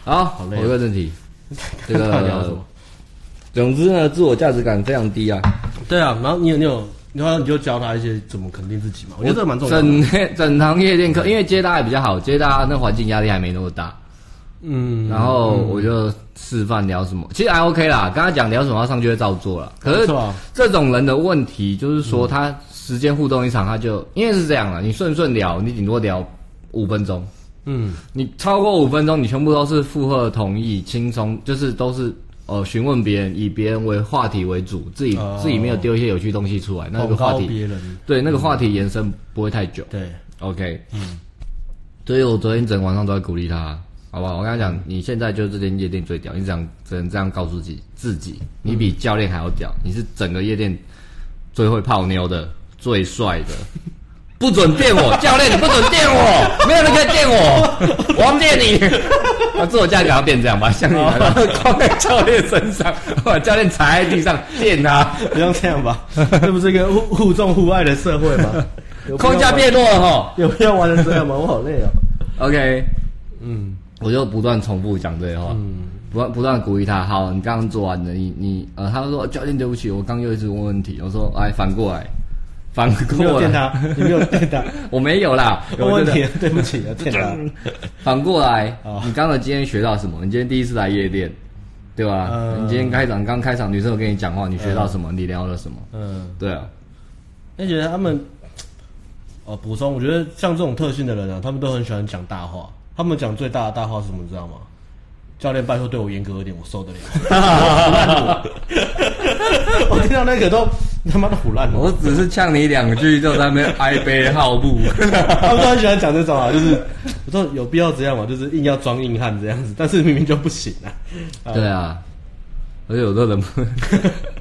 S1: 好，
S2: 好累哦
S1: 回归 正题。这
S2: 到底聊什
S1: 个
S2: 么，
S1: 总之呢，自我价值感非常低啊。
S2: 对啊，然后你有你有，然后你就教他一些怎么肯定自己嘛。我觉得这个蛮重要的。
S1: 整整堂夜店课，因为接搭也比较好，接搭那环境压力还没那么大。
S2: 嗯，
S1: 然后我就示范聊什么，其实还 OK 啦。跟他讲聊什么，他上去会照做了。可
S2: 没
S1: 是
S2: 错啊
S1: 这种人的问题就是说，他时间互动一场，他就因为是这样了，你顺顺聊，你顶多聊五分钟，
S2: 嗯，
S1: 你超过五分钟，你全部都是附和、同意、轻松，就是都是呃询问别人，以别人为话题为主，自己、
S2: 哦
S1: 自己没有丢一些有趣东西出来，那个
S2: 广
S1: 话
S2: 告
S1: 题
S2: 别人
S1: 对那个话题延伸不会太久。
S2: 对，
S1: OK，嗯，所以我昨天整晚上都在鼓励他，啊好不好？我跟他讲，你现在就是这间夜店最屌，你只能只能这样告诉自己，自己你比教练还要屌，你是整个夜店最会泡妞的，最帅的。不准电我，教练你不准电我，没有人可以电我，我要电你。啊，自我价值感要变这样吧，像你们然 后框在教练身上，把教练踩在地上电他，
S2: 不用这样 吧？这不是一个互互重互爱的社会 吗？有必要
S1: 框架
S2: 玩
S1: 变弱了吼。
S2: 有必要玩成这样吗？我好累哦。
S1: OK，
S2: 嗯
S1: 我就不断重复讲这些话。
S2: 嗯，
S1: 不断不断地鼓励他，好，你刚刚做完了，你你呃，他说教练对不起，我刚又一直问问题，我说哎，反过来，反
S2: 你没有
S1: 过
S2: 电
S1: 来，
S2: 他，你没有 电他，
S1: 我没有啦，
S2: 有
S1: 我
S2: 问
S1: 真的
S2: 题，对不起，电他。
S1: 反过来，
S2: 哦
S1: 你刚刚今天学到什么？你今天第一次来夜店，对吧？
S2: 嗯
S1: 你今天开场刚开场，女生有跟你讲话，你学到什么？你聊了什么？
S2: 嗯，
S1: 对啊，
S2: 而且他们，哦，补充，我觉得像这种特性的人啊，他们都很喜欢讲大话。他们讲最大的大话是什么，你知道吗？教练，拜托对我严格一点，我受得了。 我听到那个都他妈的胡哦烂
S1: 我
S2: 了。
S1: 只是呛你两句，就在那边哀悲 好不？
S2: 他们都很喜欢讲这种啊，就是我说有必要这样嘛，就是硬要装硬汉这样子，但是明明就不行啊。
S1: 对啊，而且我都忍不，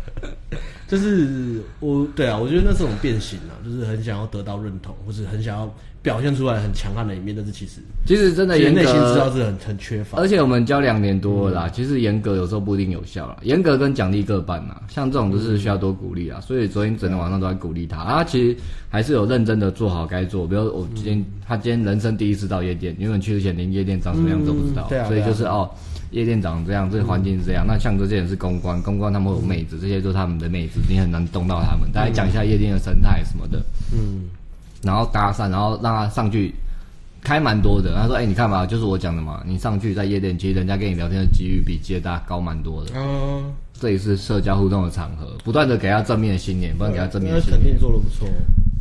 S2: 就是我对啊，我觉得那是种变形啊，就是很想要得到认同，或是很想要表现出来很强悍的一面，但是其实
S1: 其实真的
S2: 其实
S1: 严
S2: 内心知道
S1: 格，
S2: 是很很缺乏。
S1: 而且我们教两年多了啦，其实严格有时候不一定有效啦，严格跟奖励各半啦，像这种就是需要多鼓励啊。所以昨天整个晚上都在鼓励他啊，其实还是有认真的做好该做。比如我今天、他今天人生第一次到夜店，原本去之前连夜店长什么样子都不知道，
S2: 嗯对啊
S1: 所以
S2: 对啊
S1: 就是哦，夜店长这样，这个环境是这样。那像这些人是公关，公关他们会有妹子，这些都是他们的妹子，你很难动到他们。大家讲一下夜店的生态什么的。
S2: 嗯，
S1: 然后搭讪，然后让他上去开蛮多的。他说：“哎、你看吧，就是我讲的嘛，你上去在夜店，其实人家跟你聊天的几率比接搭高蛮多的。
S2: 哦，
S1: 这也是社交互动的场合，不断的给他正面的信念，不断地给他正面
S2: 那
S1: 的信
S2: 肯
S1: 念
S2: 定做的不错，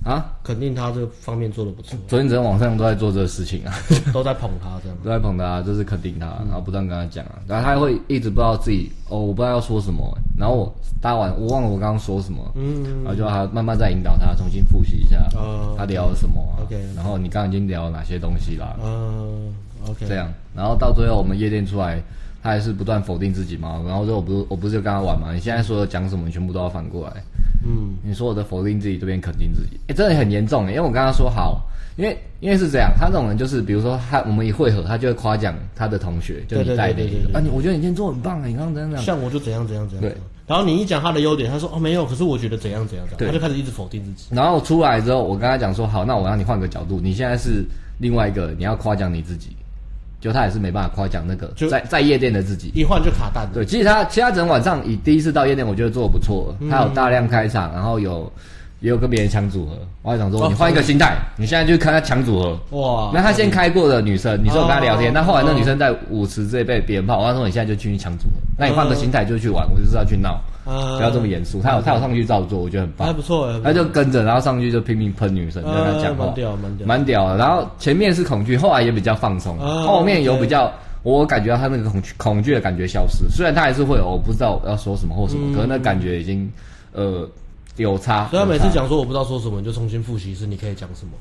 S1: 啊。
S2: 肯定他这方面做的不 错，
S1: 昨天整个晚上都在做这个事情啊，
S2: 都都在捧他 这样。
S1: 都在捧他，就是肯定他，
S2: 嗯
S1: 然后不断跟他讲啊，然后他会一直不知道自己哦，我不知道要说什么，然后我搭完我忘了我刚刚说什么，
S2: 嗯，
S1: 然后就还慢慢再引导他重新复习一下
S2: 哦
S1: 他聊了什么啊
S2: OK，OK，
S1: 然后你刚刚已经聊了哪些东西啦，
S2: 嗯，OK，
S1: 啊这样，然后到最后我们夜店出来，他还是不断否定自己嘛。然后说我不是我不是就跟他玩嘛，你现在所有讲什么，你全部都要反过来。
S2: 嗯，
S1: 你说我的否定自己，这边肯定自己，哎、真的很严重诶，因为我跟他说好，因为因为是这样，他这种人就是，比如说他我们一会合，他就会夸奖他的同学，就
S2: 对对
S1: 你带的
S2: 对
S1: 一
S2: 对
S1: 个
S2: 对
S1: 啊，你我觉得你今天做得很棒啊，你刚刚怎样怎样。
S2: 像我就怎样怎样怎样。
S1: 对。
S2: 然后你一讲他的优点，他说哦没有，可是我觉得怎样怎样怎
S1: 对
S2: 样，他就开始一直否定自己。
S1: 然后出来之后，我跟他讲说，好，那我让你换个角度，你现在是另外一个，你要夸奖你自己，就他也是没办法夸奖那个
S2: 就
S1: 在在夜店的自己。
S2: 一换就卡蛋了。
S1: 对，其实他其实他整晚上以第一次到夜店，我觉得做的不错了，他有
S2: 嗯
S1: 大量开场，然后有也有跟别人抢组合。我还想说，
S2: 哦
S1: 你换一个心态，你现在去看他抢组合。
S2: 哇，
S1: 那他先开过的女生，你说我跟他聊天，
S2: 哦
S1: 那后来那女生在舞池这被别人泡，我跟他说你现在就去抢组合，那你换
S2: 嗯
S1: 个心态就去玩，我就是要去闹，
S2: 呃
S1: 不要这么严肃。他有
S2: 嗯
S1: 他有上去照做，我觉得很棒
S2: 还。不错哎，
S1: 他就跟着，然后上去就拼命喷女生，跟他讲
S2: 呃
S1: 话
S2: 蛮，屌蛮屌
S1: 蛮屌的。然后前面是恐惧，后来也比较放松，
S2: 啊
S1: 后面有
S2: OK
S1: 比较，我感觉到他那个恐惧恐惧的感觉消失。虽然他还是会有我不知道要说什么或什么，可是那感觉已经呃有差。
S2: 嗯所以他
S1: 有
S2: 啊每次
S1: 差，
S2: 讲说我不知道说什么，你就重新复习一次，你可以讲什么。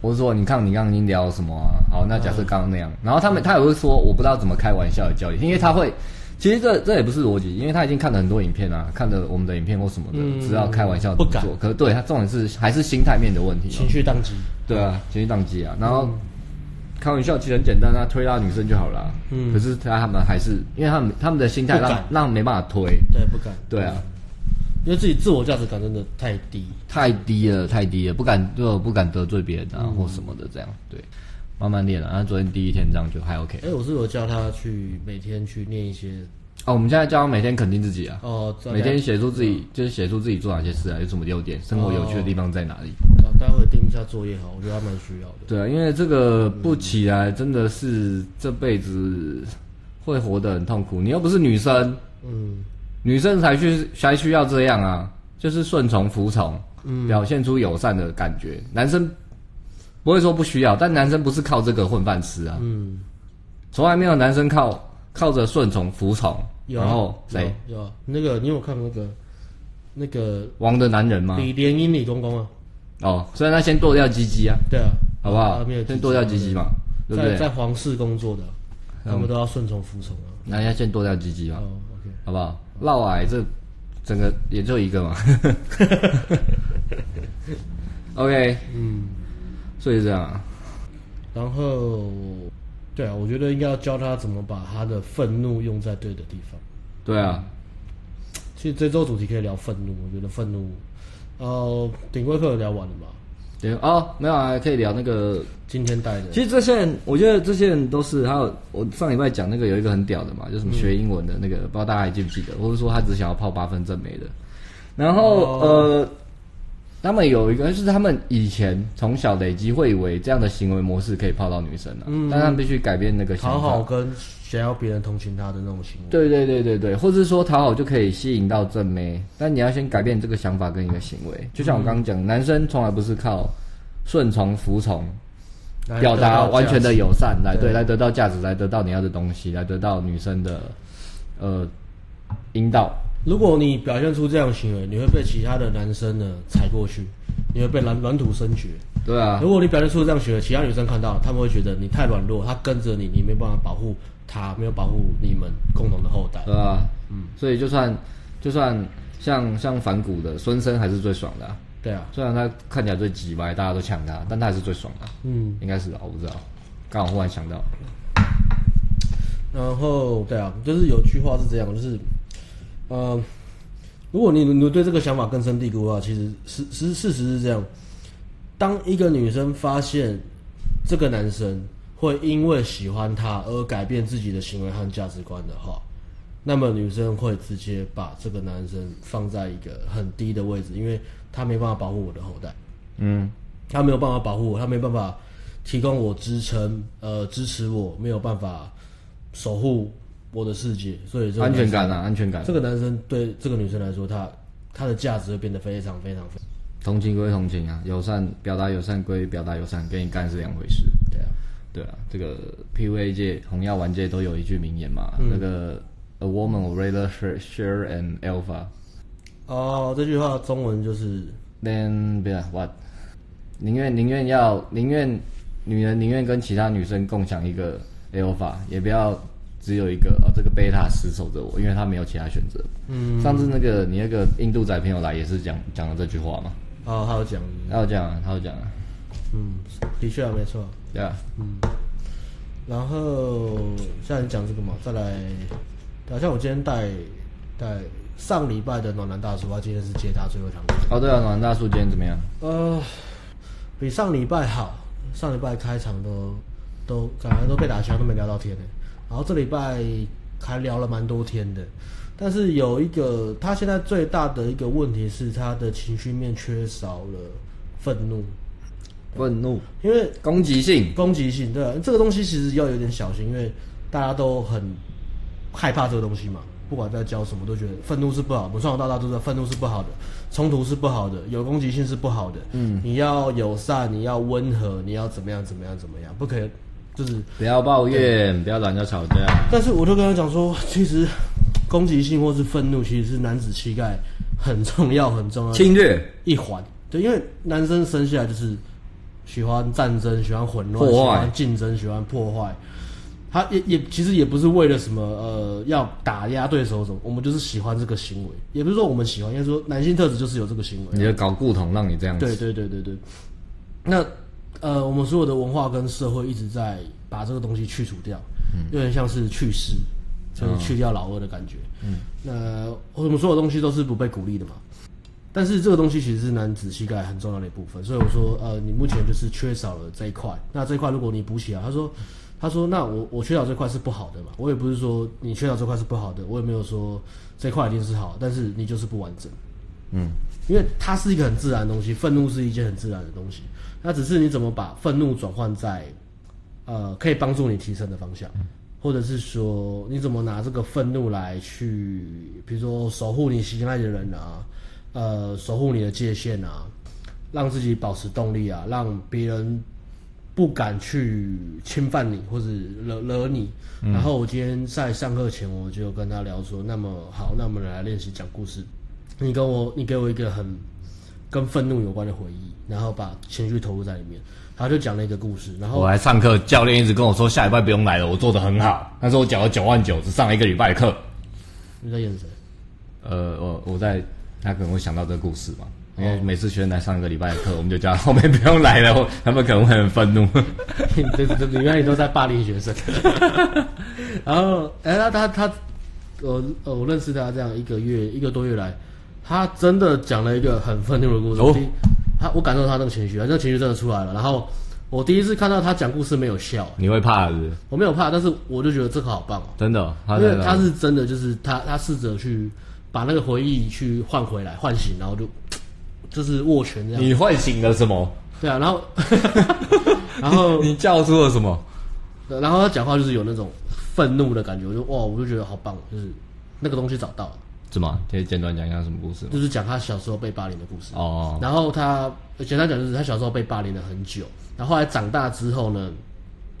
S1: 我是说你看你刚刚已经聊什么啊？好，那假设刚刚那样，
S2: 嗯
S1: 然后他们他也会说我不知道怎么开玩笑的教练，因为他会。其实这这也不是逻辑，因为他已经看了很多影片啊，看了我们的影片或什么的，
S2: 嗯
S1: 知道开玩笑
S2: 不
S1: 怎么
S2: 敢
S1: 做。可是对他重点是还是心态面的问题、啊
S2: 情绪宕机。
S1: 对啊，情绪宕机啊，然后、开玩笑其实很简单啊，推拉女生就好了啊。
S2: 嗯
S1: 可是他他们还是因为他们他们的心态
S2: 不
S1: 让
S2: 敢
S1: 让没办法推，
S2: 对，不敢。
S1: 对啊，
S2: 因为自己自我价值感真的太低。
S1: 太低了太低了，不敢就不敢得罪别人
S2: 嗯
S1: 啊、或什么的这样，对，慢慢练啊。然后昨天第一天这样就还 OK
S2: 哎、我是有教他去每天去念一些
S1: 哦，我们现在教他每天肯定自己啊，
S2: 哦，
S1: 每天写出自己就是写出自己做哪些事啊，有什么优点，生活有趣的地方在哪里。
S2: 大家待会定一下作业哈，我觉得还蛮需要的。
S1: 对啊，因为这个不起来真的是这辈子会活得很痛苦。你又不是女生，
S2: 嗯
S1: 女生才需才需要这样啊，就是顺从服从，
S2: 嗯
S1: 表现出友善的感觉。男生不会说不需要，但男生不是靠这个混饭吃啊，
S2: 嗯，
S1: 从来没有男生靠靠着顺从服从，
S2: 有啊
S1: 然后谁
S2: 有有啊那个你有看那个那个
S1: 王的男人吗？
S2: 李莲英李公公啊？
S1: 哦，虽然他先剁掉鸡鸡啊，
S2: 对啊，
S1: 好不好
S2: 他没有？啊
S1: 先剁掉鸡鸡嘛，对不嗯
S2: 在
S1: 对？
S2: 在皇室工作的，啊他们都要顺从服从啊。
S1: 那要先剁掉鸡鸡嘛。
S2: 哦，OK，
S1: 好不好？嫪毐这整个也就一个嘛。OK，
S2: 嗯，
S1: 所以是这样啊，
S2: 然后对啊，我觉得应该要教他怎么把他的愤怒用在对的地方。
S1: 对啊，
S2: 哦其实这周主题可以聊愤怒，我觉得愤怒，呃，顶规课有聊完了吧？
S1: 对哦，没有啊，可以聊那个。
S2: 今天带的，
S1: 其实这些人，我觉得这些人都是，还有我上礼拜讲那个有一个很屌的嘛，就什么学英文的那个，不知道大家还记不记得，或者说他只想要泡八分正没的。然后、
S2: 哦
S1: 呃，他们有一个就是他们以前从小累积会以为这样的行为模式可以泡到女生啊，但他们必须改变那个想法。
S2: 讨嗯好跟想要别人同情他的那种行为，
S1: 对对对对对，或是说讨好就可以吸引到正妹，但你要先改变这个想法跟你的行为。就像我刚刚
S2: 嗯
S1: 讲，男生从来不是靠顺从、服从、
S2: 来
S1: 表
S2: 得
S1: 达
S2: 到
S1: 完全
S2: 价
S1: 的
S2: 值
S1: 友善来对
S2: 对
S1: 来得到价值，来得到你要的东西，来得到女生的呃引导。
S2: 如果你表现出这样的行为，你会被其他的男生呢踩过去，你会被软软土生绝。
S1: 对啊，
S2: 如果你表现出这样行为，其他女生看到，她们会觉得你太软弱，她跟着你，你没办法保护她，没有保护你们共同的后代。
S1: 对啊，嗯，所以就算就算像像反骨的孙生还是最爽的啊、
S2: 对啊，
S1: 虽然他看起来最鸡歪，大家都抢他，但他还是最爽的啊、
S2: 嗯，
S1: 应该是吧？我不知道，刚好忽然想到，
S2: 然后对啊，就是有句话是这样，就是，呃，如果你你对这个想法根深蒂固的话，啊其实事事事实是这样，当一个女生发现这个男生会因为喜欢她而改变自己的行为和价值观的话，那么女生会直接把这个男生放在一个很低的位置，因为她没办法保护我的后代。
S1: 嗯，
S2: 他没有办法保护我，他没办法提供我支撑，呃，支持我，没有办法守护我的世界，所以这个
S1: 安全
S2: 男生。
S1: 感啊，安全感
S2: 这，个男生对这个女生来说，他他的价值会变得非常非常非常
S1: 同情归同情啊，友善表达友善归表达友善，跟你干是两回事。
S2: 对啊，
S1: 对啊，这个 PUA 界、红药丸界都有一句名言嘛，那个 A woman would rather share, share an alpha
S2: 哦，这句话中文就是，
S1: than be like what，宁愿宁愿要宁愿女人宁愿跟其他女生共享一个 alpha，也不要只有一个哦，这个 beta 死守着我，因为她没有其他选择。嗯，上次那个你那个印度仔朋友来也是讲讲了这句话嘛，
S2: 哦，还有讲，
S1: 他有讲啊，他有讲啊，
S2: 嗯，的确啊，没错。
S1: 对啊，
S2: 然后像你讲这个嘛，再来，好像我今天带带上礼拜的暖男大叔，他今天是接他最后一堂课。
S1: 哦对啊，暖大叔今天怎么样？
S2: 呃，比上礼拜好，上礼拜开场都都感觉都被打枪，都没聊到天呢。然后这礼拜还聊了蛮多天的，但是有一个他现在最大的一个问题是他的情绪面缺少了愤怒，
S1: 愤怒、
S2: 因为
S1: 攻击性，
S2: 攻击性对、啊、这个东西其实要有点小心，因为大家都很害怕这个东西嘛。不管在教什么，都觉得愤怒是不好的。我们从小到大都知道，愤怒是不好的，冲突是不好的，有攻击性是不好的。嗯，你要友善，你要温和，你要怎么样怎么样怎么样，不可以就是。
S1: 不要抱怨，不要找人家吵架。
S2: 但是我就跟他讲说，其实攻击性或是愤怒，其实是男子气概很重要很重要的
S1: 侵略、
S2: 一环。对，因为男生生下来就是喜欢战争，喜欢混乱，
S1: 破
S2: 喜
S1: 坏
S2: 欢竞争，喜欢破坏。他也也其实也不是为了什么呃要打压对手什么，我们就是喜欢这个行为，也不是说我们喜欢，应该说男性特质就是有这个行为。
S1: 你的搞固同让你这样子，
S2: 对对对对对。那呃，我们所有的文化跟社会一直在把这个东西去除掉，
S1: 嗯
S2: 有点像是去世，就是去掉老二的感觉。嗯，那我们所有东西都是不被鼓励的嘛。但是这个东西其实是男子气概很重要的一部分，所以我说，呃，你目前就是缺少了这一块。那这一块如果你补起来，他说，他说，那我我缺少这块是不好的嘛？我也不是说你缺少这块是不好的，我也没有说这块一定是好，但是你就是不完整。因为它是一个很自然的东西，愤怒是一件很自然的东西，那只是你怎么把愤怒转换在呃可以帮助你提升的方向，或者是说你怎么拿这个愤怒来去，比如说守护你心爱的人啊，呃，守护你的界限啊，让自己保持动力啊，让别人不敢去侵犯你或者惹惹你。然后我今天在上课前，我就跟他聊说，那么好，那我们来练习讲故事。你跟我，你给我一个很跟愤怒有关的回忆，然后把情绪投入在里面。他就讲了一个故事，然后
S3: 我来上课，教练一直跟我说下礼拜不用来了，我做的很好。那时候我缴了九万九，只上了一个礼拜的课。
S2: 你在 眼神，
S1: 呃，我我在他可能会想到这个故事嘛，因为每次学生来上一个礼拜的课，我们就叫他后面不用来了，他们可能会很愤怒。
S2: 你这这你原来都在霸凌学生。 然后，哎、他他他，我呃我认识他这样一个月一个多月来，他真的讲了一个很愤怒的故事，
S1: 哦
S2: 听他我感受到他那个情绪，他那个情绪真的出来了。然后我第一次看到他讲故事没有笑，
S1: 你会怕是不是？
S2: 我没有怕，但是我就觉得这个好棒哦、
S1: 真的哦，他
S2: 因
S1: 真
S2: 为
S1: 的
S2: 他是真的，就是他他试着去把那个回忆去换回来、唤醒，然后就就是握拳这样。
S1: 你唤醒了什么？
S2: 对啊，然后 然后
S1: 你叫出了什么？
S2: 然后他讲话就是有那种愤怒的感觉，我就哇，我就觉得好棒，就是那个东西找到了，
S1: 怎么？可以简短讲一下什么故事吗？
S2: 就是讲他小时候被霸凌的故事。
S1: 哦，
S2: 然后他呃简单讲就是他小时候被霸凌了很久，然后后来长大之后呢，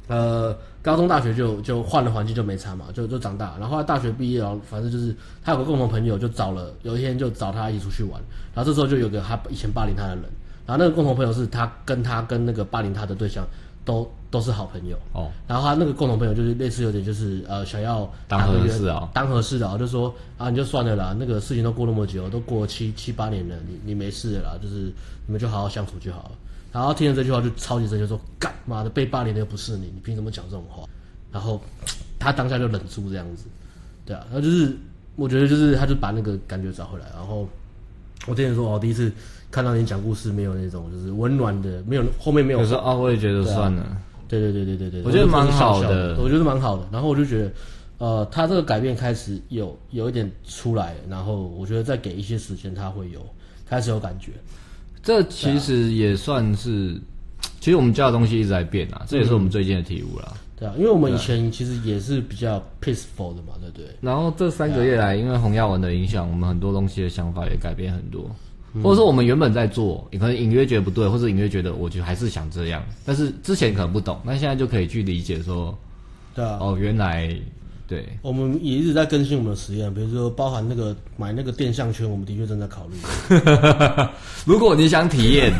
S2: 呃，高中大学就就换了环境就没差嘛，就就长大。然后后来大学毕业了，反正就是他有个共同朋友就找了，有一天就找他一起出去玩，然后这时候就有个他以前霸凌他的人，然后那个共同朋友是他跟他跟那个霸凌他的对象都都是好朋友。
S1: 哦，
S2: 然后他那个共同朋友就是类似有点就是呃想要
S1: 当
S2: 打个
S1: 和
S2: 圆
S1: 事佬
S2: 当和事哦佬就说啊你就算了啦，那个事情都过那么久，都过七七八年了，你你没事了啦，就是你们就好好相处就好了。然后听了这句话就超级生气，说干妈的被霸凌的又不是你，你凭什么讲这种话？然后他当下就忍住这样子，对啊，他就是我觉得就是他就把那个感觉找回来，然后。我之前说，我哦第一次看到你讲故事，没有那种就是温暖的，没有后面没有
S1: 有时候啊，我也觉得算了。
S2: 对对对对对对，
S1: 我觉得蛮好
S2: 我
S1: 的
S2: 觉得是我觉得蛮好的。然后我就觉得，呃，他这个改变开始有有一点出来，然后我觉得再给一些时间，他会有开始有感觉。
S1: 这其实也算是，其实我们教的东西一直在变啊，这也是我们最近的体悟啦。
S2: 对啊，因为我们以前其实也是比较 peaceful 的嘛，对不对？
S1: 然后这三个月来，因为洪耀文的影响，我们很多东西的想法也改变很多，或者说我们原本在做，你可能隐约觉得不对，或者隐约觉得我觉得还是想这样，但是之前可能不懂，那现在就可以去理解说，
S2: 对啊，
S1: 哦，原来对，
S2: 我们也一直在更新我们的实验，比如说包含那个买那个电项圈，我们的确正在考 虑。
S1: 如果你想体 验，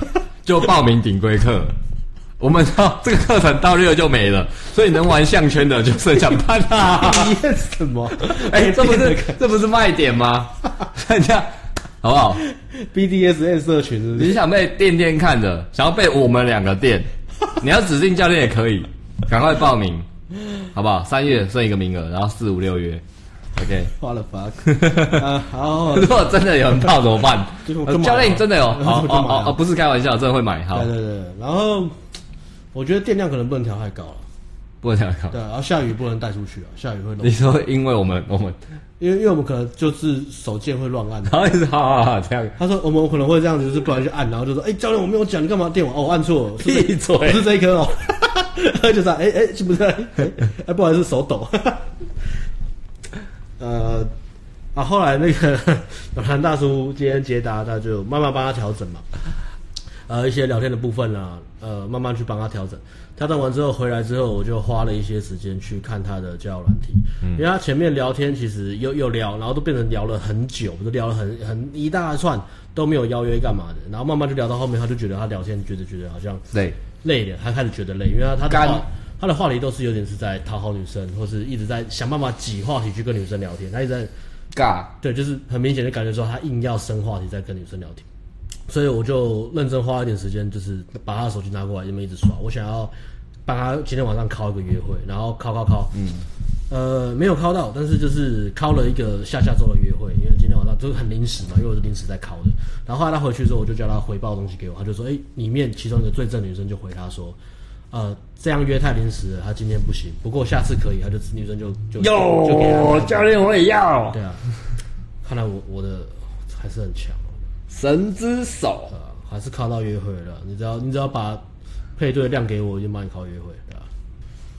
S1: 就报名顶规课。我们到 这个课程到六就没了，所以能玩项圈的就剩下 半啦。
S2: 体验什么？
S1: 哎、这不是这不是卖点吗？人家好不好？
S2: BDSN 社群是不是
S1: 你想被电电看的，想要被我们两个 电，你要指定教练也可以，赶快报名，好不好？三月剩一个名额，然后四五六月，OK。
S2: 花了 fuck 啊，好，
S1: 如果真的有人报怎么办
S2: 就是我干？嘛
S1: 教练，你真的有？哦
S2: 我
S1: 哦
S2: 干嘛
S1: 哦哦，不是开玩笑，真的会买。好
S2: 对，对对，然后我觉得电量可能不能调太高了。
S1: 不能讲。
S2: 对啊，然后下雨不能带出去啊，下雨会
S1: 你
S2: 弄，
S1: 说，因为我们我们，
S2: 因为因为我们可能就是手贱会乱按。
S1: 然后一直好好好这样，
S2: 他说我们可能会这样子，就是不然去按，然后就说，哎、教练我没有讲，你干嘛电我？哦，我按错了，是这
S1: 闭嘴
S2: 不是这一颗哦， 就这样，哎、哎，是不是？哎、哎不好意思，手抖。 呃，啊，后来那个 有兰大叔今天接答，他就慢慢帮他调整嘛，呃，一些聊天的部分啊，呃，慢慢去帮他调整。调整完之后回来之后，我就花了一些时间去看他的交友软体，因为他前面聊天其实又又聊，然后都变成聊了很久，都聊了很很一大串都没有邀约干嘛的，然后慢慢就聊到后面，他就觉得他聊天觉得觉得好像
S1: 对，
S2: 累了，他开始觉得累，因为他他的
S1: 干
S2: 话他的话题都是有点是在讨好女生，或是一直在想办法挤话题去跟女生聊天，他一直在
S1: 尬，
S2: 对，就是很明显的感觉说他硬要生话题在跟女生聊天，所以我就认真花一点时间，就是把他的手机拿过来，这么一直刷，我想要帮他今天晚上敲一个约会，然后敲敲敲，嗯，呃，没有敲到，但是就是敲了一个下下周的约会，因为今天晚上就是很临时嘛，因为我是临时在敲的，然后后来他回去之后，我就叫他回报东西给我，他就说，哎、里面其中一个最正的女生就回他说。呃，这样约太临时了，他今天不行。不过下次可以，他就女生就就就给他
S1: 哟，教练我也要
S2: 对啊，看来我我的还是很强哦，
S1: 神之手
S2: 对，啊，还是靠到约会了。你只要你只要把配对量给我，我就帮你靠约会，对吧、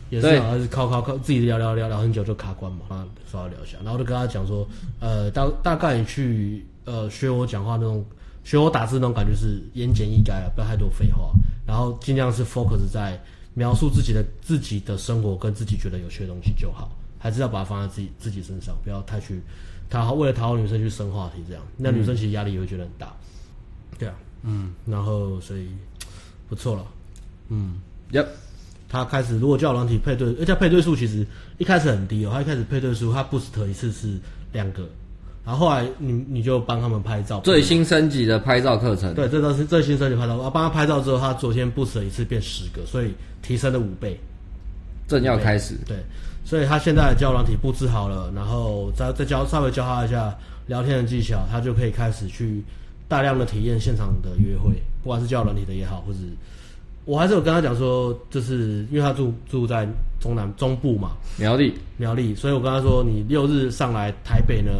S2: 也是
S1: 对
S2: 啊，还是靠靠靠，自己聊聊聊聊很久就卡关嘛，啊，稍微聊一下，然后就跟他讲说，呃，大大概去呃学我讲话那种，学我打字那种感觉是言简意赅啊，不要太多废话，然后尽量是 focus 在描述自己的自己的生活跟自己觉得有趣的东西就好，还是要把它放在自己自己身上，不要太去讨好，为了讨好女生去生话题这样，那女生其实压力也会觉得很大，对啊，嗯，然后所以不错了。
S1: yep，
S2: 他开始如果叫软体配对，而且配对数其实一开始很低哦，他一开始配对数他 boost 一次是两个，然后后来你你就帮他们拍照，
S1: 最新升级的拍照课程，
S2: 对，这都是最新升级拍照，我啊帮他拍照之后，他昨天 boost 一次变十个，所以提升了五倍，
S1: 正要开始，
S2: 对，所以他现在的交友软体布置好了，然后再再教稍微教他一下聊天的技巧，他就可以开始去大量的体验现场的约会，不管是交友软体的也好，或是我还是有跟他讲说，就是因为他住住在中南中部嘛，
S4: 苗栗
S2: 苗栗，所以我跟他说，你六日上来台北呢，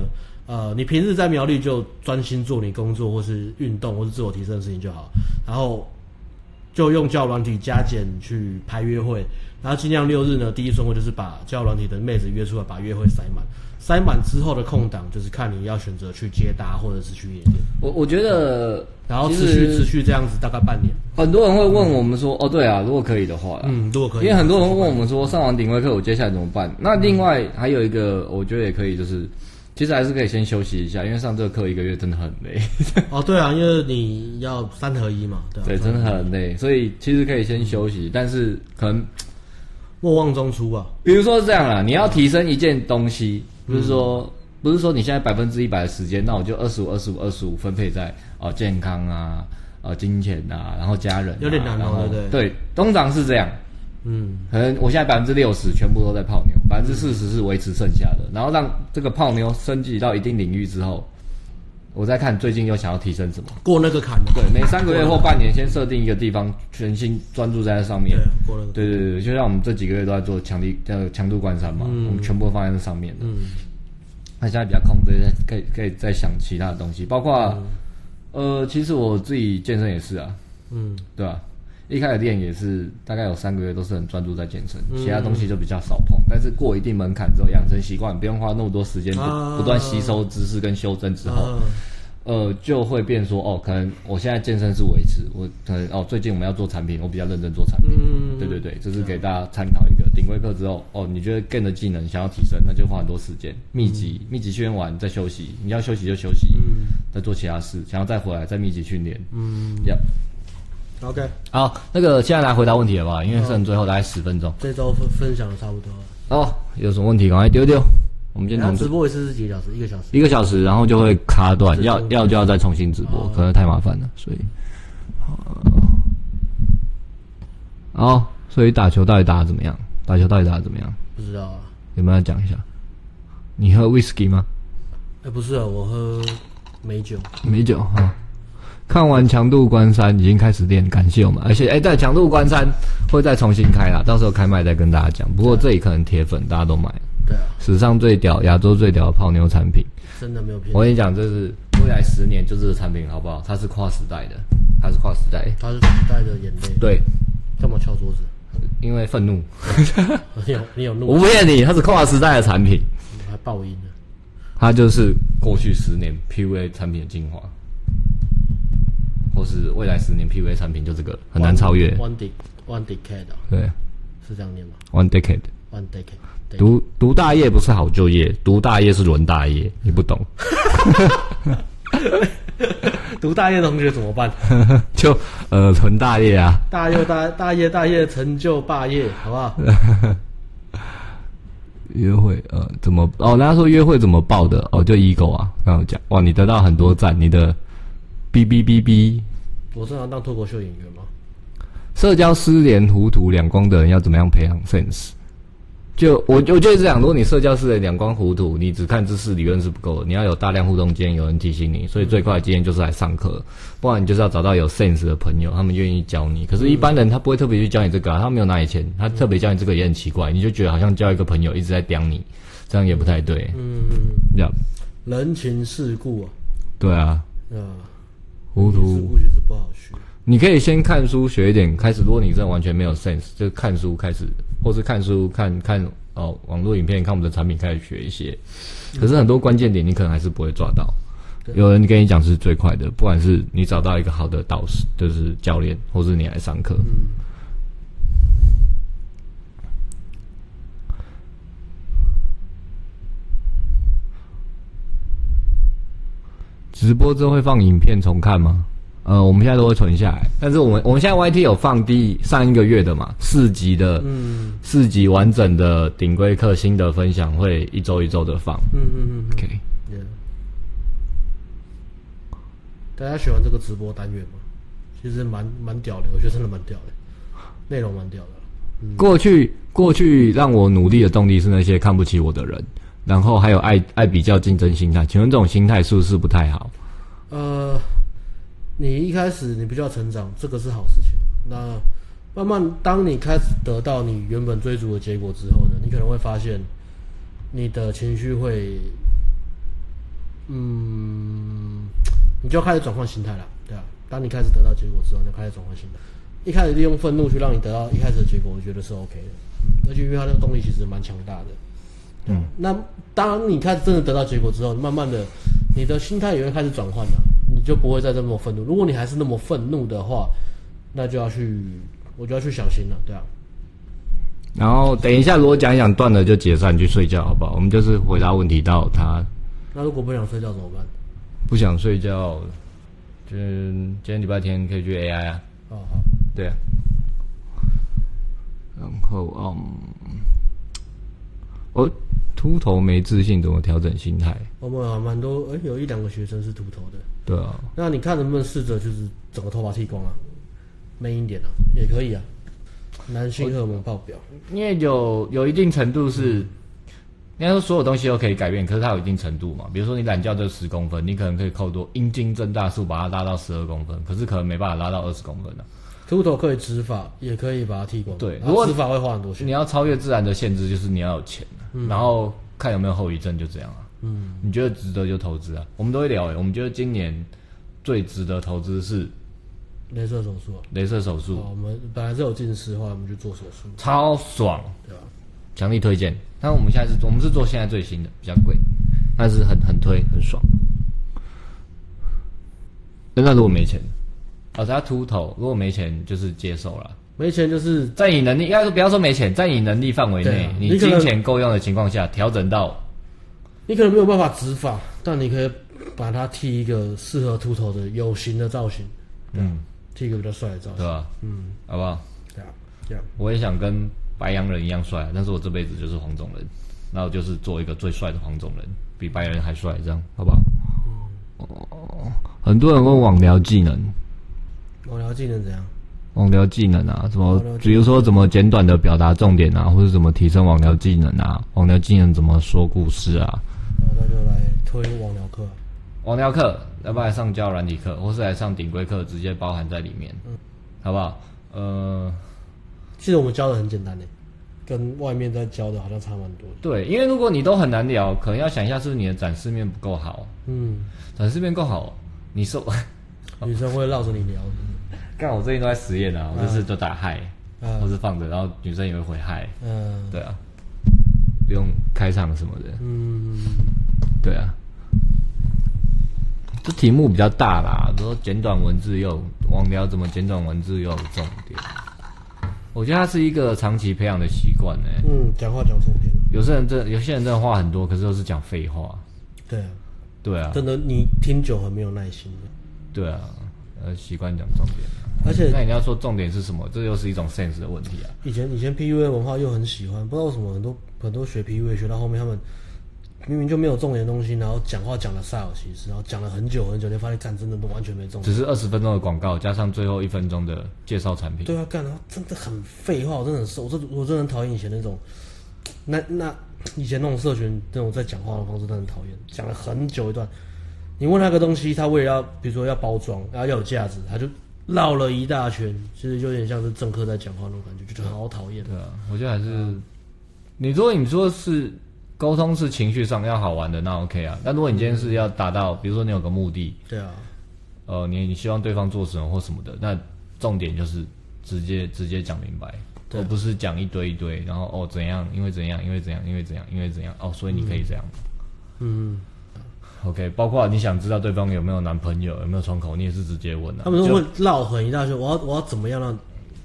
S2: 呃，你平日在苗栗就专心做你工作或是运动或是自我提升的事情就好，然后就用交友软体加减去排约会，然后尽量六日呢，第一顺位就是把交友软体的妹子约出来，把约会塞满，塞满之后的空档就是看你要选择去接搭或者是去夜店，
S4: 我我觉得，
S2: 然后
S4: 其
S2: 持
S4: 实
S2: 续持续这样子大概半年，
S4: 很多人会问我们说，哦，对啊，如果可以的话啦，
S2: 嗯，如果可以，嗯
S4: 因为很多人会问我们说，上完顶位课我接下来怎么办？那另外还有一个，我觉得也可以，就是其实还是可以先休息一下，因为上这个课一个月真的很累，
S2: 哦，对啊，因为你要三合一嘛，对啊，
S4: 对，真的很累，所以其实可以先休息，但是可能
S2: 莫忘中初啊，
S4: 比如说是这样啦，你要提升一件东西，就是
S2: 嗯
S4: 说。不是说你现在百分之一百的时间，那我就二十五、二十五、二十五分配在哦健康啊、呃金钱啊，然后家人啊、
S2: 有点难哦
S4: 然后
S2: 对不
S4: 对，通常是这样。
S2: 嗯。
S4: 可能我现在百分之六十全部都在泡妞，百分之四十是维持剩下的，然后让这个泡妞升级到一定领域之后，我再看最近又想要提升什么。
S2: 过那个坎的，
S4: 对，每三个月或半年先设定一个地方，全心专注在这上面
S2: 对。，过那个坎
S4: 对对对，就像我们这几个月都在做强力叫强度关山嘛，我们全部都放在这上面的。
S2: 嗯，
S4: 那现在比较空，所以再可以可以再想其他的东西，包括、呃，其实我自己健身也是啊，
S2: 嗯，
S4: 对吧、一开始练也是大概有三个月都是很专注在健身，
S2: 嗯
S4: 其他东西就比较少碰。但是过一定门槛之后，养成习惯，不用花那么多时间不、
S2: 啊
S4: 不断吸收知识跟修正之后，
S2: 啊
S4: 呃，就会变说哦，可能我现在健身是维持，我可能哦，最近我们要做产品，我比较认真做产品。
S2: 嗯，
S4: 对对对，这是给大家参考一个顶规课之后，哦，你觉得 gain 的技能想要提升，那就花很多时间密集、密集训练完再休息，你要休息就休息，再做其他事，想要再回来再密集训练，嗯，要、
S2: ，OK，
S1: 好，那个现在来回答问题好不好？因为剩最后大概十分钟
S2: 这周分分享的差不多了，
S1: 哦，有什么问题赶快丢丢。我们先
S2: 然
S1: 从
S2: 后
S1: 这
S2: 直播也是几个小时，一个小时，
S1: 一个小时，然后就会卡断，要要就要再重新直播，可能太麻烦了，所以，好、哦，所以打球到底打得怎么样？打球到底打得怎么样？
S2: 不知道啊，
S1: 有没有要讲一下？你喝 whisky 吗？
S2: 哎，不是啊，我喝美酒，
S1: 美酒哈、好哦看完《强度关山》已经开始练，感谢我们。而且，哎、对，《强度关山》会再重新开啦，到时候开卖再跟大家讲。不过这里可能铁粉大家都买，
S2: 对啊，
S1: 史上最屌、亚洲最屌的泡妞产品。
S2: 真的没有骗
S1: 我
S2: 你，
S1: 跟你讲，这是未来十年就这个产品，好不好？它是跨时代的，它是跨时代。
S2: 他是时代的眼泪，
S1: 对，
S2: 干嘛敲桌子？
S1: 因为愤怒，
S2: 你有你有
S1: 我
S2: 怒，
S1: 不骗你，它是跨时代的产品，
S2: 还爆音呢，
S1: 它就是过去十年 PUA 产品的精华，或是未来十年 PUA 产品就这个很难超越。
S2: One dec one decade 啊
S1: 对
S2: 是这样念吗
S1: ，one decade，
S2: ？One decade，对，
S1: 读读大业不是好就业，读大业是轮大业，你不懂，
S2: 读大业的同学怎么办？
S1: 就呃轮大业啊。
S2: 大业大大业大业成就霸业，好不 好？
S1: 约会，呃，怎么哦？大家说约会怎么报的？哦，就 ego 啊，刚刚有讲哇，你得到很多赞，你的哔哔哔哔，
S2: 我正常当脱口秀演员吗？
S1: 社交失联、糊涂、两光的人要怎么样培养 sense？就我我觉得是这样，如果你社交失联、两光糊涂，你只看知识理论是不够的，你要有大量互动经验，有人提醒你，所以最快的经验就是来上课，不然你就是要找到有 sense 的朋友，他们愿意教你。可是，一般人他不会特别去教你这个、啊，他没有拿你钱，他特别教你这个也很奇怪，你就觉得好像交一个朋友一直在刁你，这样也不太对。嗯，呀、
S2: 人情世故啊，
S1: 对啊，
S2: 啊，
S1: 糊
S2: 人情世
S1: 涂。
S2: 故其实不好学。
S1: 你可以先看书学一点，开始。如果你真的完全没有 sense，就看书开始，或是看书看看哦网络影片，看我们的产品开始学一些。可是很多关键点你可能还是不会抓到。有人跟你讲是最快的，不管是你找到一个好的导师，就是教练，或是你来上课。直播之后会放影片重看吗？呃，我们现在都会存下来，但是我们我们现在 YT 有放第上一个月的嘛，四集的，
S2: 嗯
S1: 四集完整的顶规课新的分享会一周一周的放。
S2: 嗯嗯嗯
S1: OK，
S2: 嗯，yeah。大家喜欢这个直播单元吗？其实蛮蛮屌的，我觉得真的蛮屌的，内容蛮屌的。
S1: 过去过去让我努力的动力是那些看不起我的人，然后还有爱爱比较竞争心态。请问这种心态是不是不太好？
S2: 呃，你一开始你不就要成长，这个是好事情。那慢慢当你开始得到你原本追逐的结果之后呢，你可能会发现你的情绪会，嗯，你就要开始转换心态了，对啊。当你开始得到结果之后，你就开始转换心态。一开始利用愤怒去让你得到一开始的结果，我觉得是 OK 的，嗯而且因为它那个动力其实蛮强大的。嗯，那当你开始真的得到结果之后，慢慢的，你的心态也会开始转换了，啊你就不会再这么愤怒。如果你还是那么愤怒的话，那就要去，我就要去小心了，对啊。
S1: 然后等一下，如果讲一讲断了就解散去睡觉，好不好？我们就是回答问题到他
S2: 那如果不想睡觉怎么办？
S1: 不想睡觉，就是今天礼拜天可以去 AI 啊，
S2: 哦，好，
S1: 对啊。然后嗯，我、秃头没自信，怎么调整心态？
S2: 我们还蛮多，哎、有一两个学生是秃头的，
S1: 对啊，
S2: 那你看能不能试着就是整个头发剃光啊闷一点啊，也可以啊。男性荷尔蒙爆表，
S1: 因为有有一定程度是，应该说所有东西都可以改变，可是它有一定程度嘛。比如说你懒觉这十公分，你可能可以扣多阴茎增大术把它拉到十二公分，可是可能没办法拉到二十公分啊。
S2: 秃头可以植发，也可以把它剃光。
S1: 对
S2: 啊
S1: 如果
S2: 植发会花很多钱
S1: 你。要超越自然的限制，就是你要有钱啊、
S2: 嗯
S1: 然后看有没有后遗症，就这样啊。嗯，你觉得值得就投资啊。我们都会聊诶、我们觉得今年最值得投资是
S2: 镭射手术啊，
S1: 镭射手术，
S2: 哦我们本来是有近视，后来我们去做手术，
S1: 超爽，
S2: 对吧？啊
S1: 强力推荐。但我们现在是，我们是做现在最新的，比较贵，但是很很推，很爽。那那如果没钱，哦，他秃头，如果没钱就是接受了，
S2: 没钱就是
S1: 在你能力，应该说不要说没钱，在你能力范围
S2: 对
S1: 内
S2: 啊，
S1: 你
S2: 你可
S1: 金
S2: 能
S1: 钱够用的情况下，调整到
S2: 你可能没有办法植发，但你可以把它剃一个适合秃头的有型的造型，啊
S1: 嗯，
S2: 剃一个比较帅的造
S1: 对
S2: 型，
S1: 吧？嗯，好不好？
S2: 对啊，这样
S1: 我也想跟白羊人一样帅，但是我这辈子就是黄种人，那我就是做一个最帅的黄种人，比白人还帅，这样好不好？哦，很多人问网聊技能，
S2: 网聊技能怎样？
S1: 网聊技能啊，什么
S2: 网聊技能
S1: 比如说怎么简短的表达重点啊，或者怎么提升网聊技能啊，网聊技能怎么说故事啊？
S2: 啊，那就来推网聊课，
S1: 网聊课，要不然上教软体课，或是来上顶规课，直接包含在里面，
S2: 嗯
S1: 好不好？呃，
S2: 其实我们教的很简单的，跟外面在教的好像差蛮多的，
S1: 对，因为如果你都很难聊，可能要想一下是不是你的展示面不够好，
S2: 嗯，
S1: 展示面够好，你 是哦
S2: 女生会绕着你聊，
S1: 干，我最近都在实验啊，我这次就打嗨，
S2: 嗯
S1: 或是放着，然后女生也会回嗨，
S2: 嗯
S1: 对啊，不用开场什么的，
S2: 嗯，
S1: 对啊。这题目比较大啦，比如说简短文字又网聊怎么简短文字又有重点，我觉得它是一个长期培养的习惯呢。
S2: 嗯，讲话讲重点，
S1: 有些人真，有些人真的话很多，可是都是讲废话，
S2: 对啊，
S1: 对啊，
S2: 真的你听久很没有耐心的，
S1: 对啊，呃，习惯讲重点。
S2: 而且
S1: 那你要说重点是什么？这又是一种 sense 的问题啊。
S2: 以前以前 PUA 文化又很喜欢，不知道为什么很多很多学 PUA 学到后面，他们明明就没有重点的东西，然后讲话讲的煞有其事，然后讲了很久很久，你发现干真的都完全没重
S1: 只
S2: 点。
S1: 是二十分钟的广告，加上最后一分钟的介绍产品。
S2: 对啊，干，然后真的很废话，我真的很受，我真的我真的很讨厌以前那种，那那以前那种社群那种在讲话的方式，真的很讨厌，讲了很久一段。你问他个东西，他为了要比如说要包装，然后要有价值，他就绕了一大圈，其实有点像是政客在讲话那种感觉，就觉得好讨厌。
S1: 对啊，我觉得还是，你如果你说是沟通是情绪上要好玩的，那 OK 啊。那如果你今天是要达到，比如说你有个目的，
S2: 对啊，
S1: 呃，你你希望对方做什么或什么的，那重点就是直接直接讲明白，而不是讲一堆一堆，然后哦怎样，因为怎样，因为怎样，因为怎样，因为怎样，哦，所以你可以这样。
S2: 嗯。
S1: OK，包括你想知道对方有没有男朋友，有没有窗口，你也是直接问啊。
S2: 他们都
S1: 就
S2: 会绕很一大圈，我要我要怎么样让，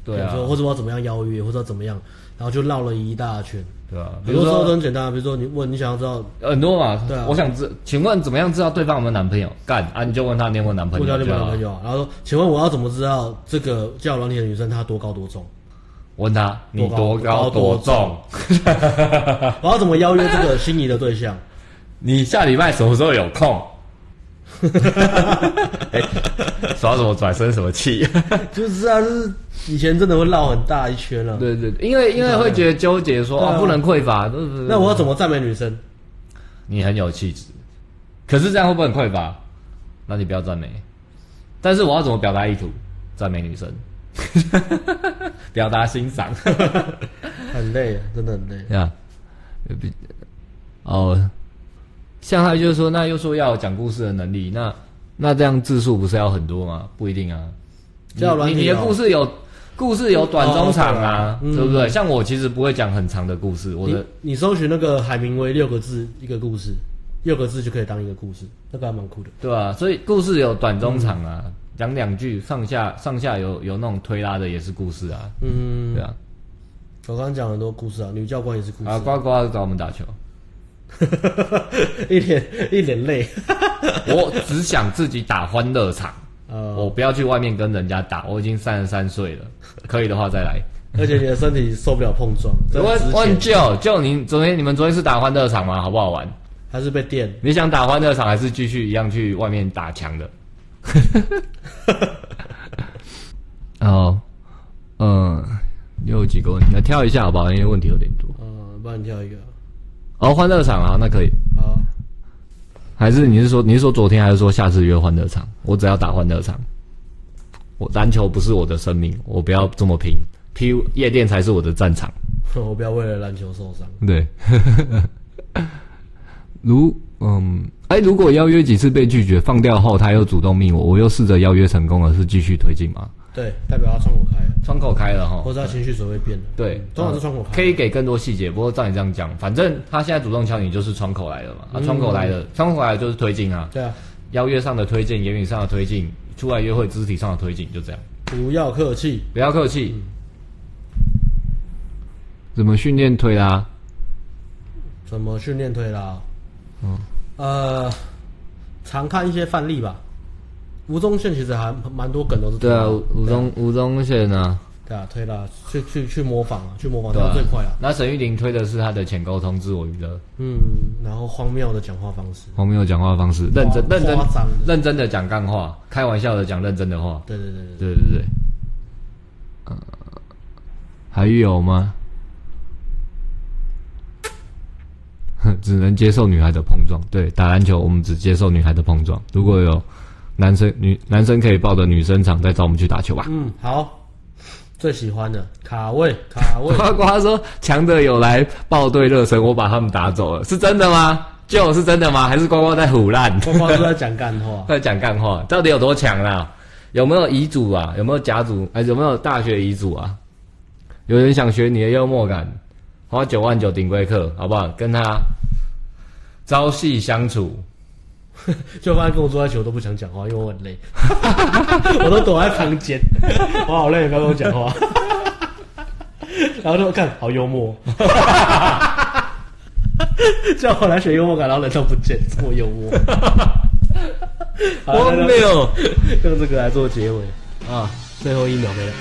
S1: 对
S2: 比
S1: 啊
S2: 如，说或者我要怎么样邀约，或者要怎么样，然后就绕了一大圈。
S1: 对啊，比
S2: 很多
S1: 如
S2: 时
S1: 说呃
S2: 候都很简单啊，比如说你问你想要知道，
S1: 很多嘛，
S2: 对啊
S1: 我想知，请问怎么样知道对方有没有男朋友？干啊，你就问他你有没有男朋
S2: 我
S1: 友啊就
S2: 交
S1: 好了。
S2: 女朋友，啊然后说，请问我要怎么知道这个叫软体的女生她多高多 重？
S1: 问他你多
S2: 多
S1: 高
S2: 高
S1: 多重？
S2: 我要怎么邀约这个心仪的对象？
S1: 你下礼拜什么时候有 空？哎，耍什么转身什么气？
S2: 就是啊，就是以前真的会绕很大一圈啊了、
S1: 对对，对因为因为会觉得纠结说
S2: 对啊
S1: 哦不能匮乏，不不不
S2: 那我要怎么赞美女生？
S1: 你很有气质，可是这样会不会很匮乏？那你不要赞美，但是我要怎么表达意图？赞美女生， 表达欣 赏。
S2: 很累，真的很累。
S1: 对啊，哦，像他就是说，那又说要有讲故事的能力，那那这样字数不是要很多吗？不一定啊。你
S2: 交友软体
S1: 你你的
S2: 哦
S1: 故事有故事有短中长
S2: 哦对啊
S1: 啊，
S2: 嗯
S1: 对不对？像我其实不会讲很长的故事，我的
S2: 你你搜寻那个海明威六个字一个故事，六个字就可以当一个故事，那个还蛮酷的。
S1: 对啊，所以故事有短中长啊，讲两句上下上下有有那种推拉的也是故事啊，
S2: 嗯，
S1: 对啊。
S2: 我刚刚讲很多故事啊，女教官也是故事，
S1: 啊，呱呱找我们打球，
S2: 一脸一脸累。
S1: 我只想自己打欢乐 场，
S2: 呃，
S1: 我不要去外面跟人家打，我已经三十三岁了，可以的话再来。
S2: 而且你的身体受不了碰撞， 这
S1: 问
S2: 很值
S1: 问
S2: 钱，
S1: 舅舅，你昨天你们昨天是打欢乐场吗？好不好玩？
S2: 还是被电。
S1: 你想打欢乐场还是继续一样去外面打墙 的？哦，嗯，又有几个问题，来挑一下好不好？因为问题有点多。
S2: 嗯，帮你挑一个啊。
S1: 哦，欢乐场啊，那可以。
S2: 好，
S1: 还是你是说你是说昨天还是说下次约欢乐场？我只要打欢乐场。我篮球不是我的生命，我不要这么拼。P 夜店才是我的战场。
S2: 我不要为了篮球受伤。
S1: 对， 如嗯，哎，如果邀约几次被拒绝，放掉后他又主动密我，我又试着邀约成功了，是继续推进吗？
S2: 对，代表他窗口开了，
S1: 窗口开了
S2: 或
S1: 哈，
S2: 者他情绪所谓变了。
S1: 对，
S2: 通常是窗口开。
S1: 可以给更多细节。不过照你这样讲，反正他现在主动敲你，就是窗口来了嘛。啊，窗口来了，窗口来了就是推进啊，
S2: 对啊，
S1: 邀约上的推进，言语上的推进，出来约会肢体上的推进，就这样，
S2: 不要客气。
S1: 不要客气。怎么训练推拉？
S2: 怎么训练推拉？嗯，呃，常看一些范例吧。吴宗宪其实还蛮多梗都是推
S1: 对
S2: 拉
S1: 啊，吴吴宗吴宗宪啊，
S2: 对啊推拉，去去去模仿啊，去模仿
S1: 对啊
S2: 他最快啊。
S1: 那沈玉玲推的是他的浅沟通、自我娱乐、
S2: 嗯，然后荒谬的讲话方式，
S1: 荒谬讲话方式，认真、
S2: 夸
S1: 认真
S2: 夸张的、
S1: 认真的讲干话，开玩笑的讲认真的话。
S2: 对对对对，
S1: 对对对。呃，呃还有吗？ 哼只能接受女孩的碰撞。对，打篮球我们只接受女孩的碰撞。如果有男生女男生可以抱的女生场，再找我们去打球吧。
S2: 嗯，好，最喜欢的卡位卡位，
S1: 呱呱说强的有来报对热身，我把他们打走了，是真的吗？就是真的吗？还是呱呱在胡乱？
S2: 呱呱都在讲干话，
S1: 在讲干话，到底有多强啦？有没有遗嘱啊？有没有甲组？哎，有没有大学遗嘱啊？有人想学你的幽默感，花九万九顶规课，好不好？跟他朝夕相处，
S2: 就发现跟我坐在一起我都不想讲话，因为我很累， 我都躲在房间，我好累，不要跟我讲话。然后就看好幽默， 叫我来学幽默感，然后人都不见，这么幽默。好
S1: 荒
S2: 那就
S1: 谬
S2: 用这个来做结尾
S1: 啊！
S2: 最后一秒没了。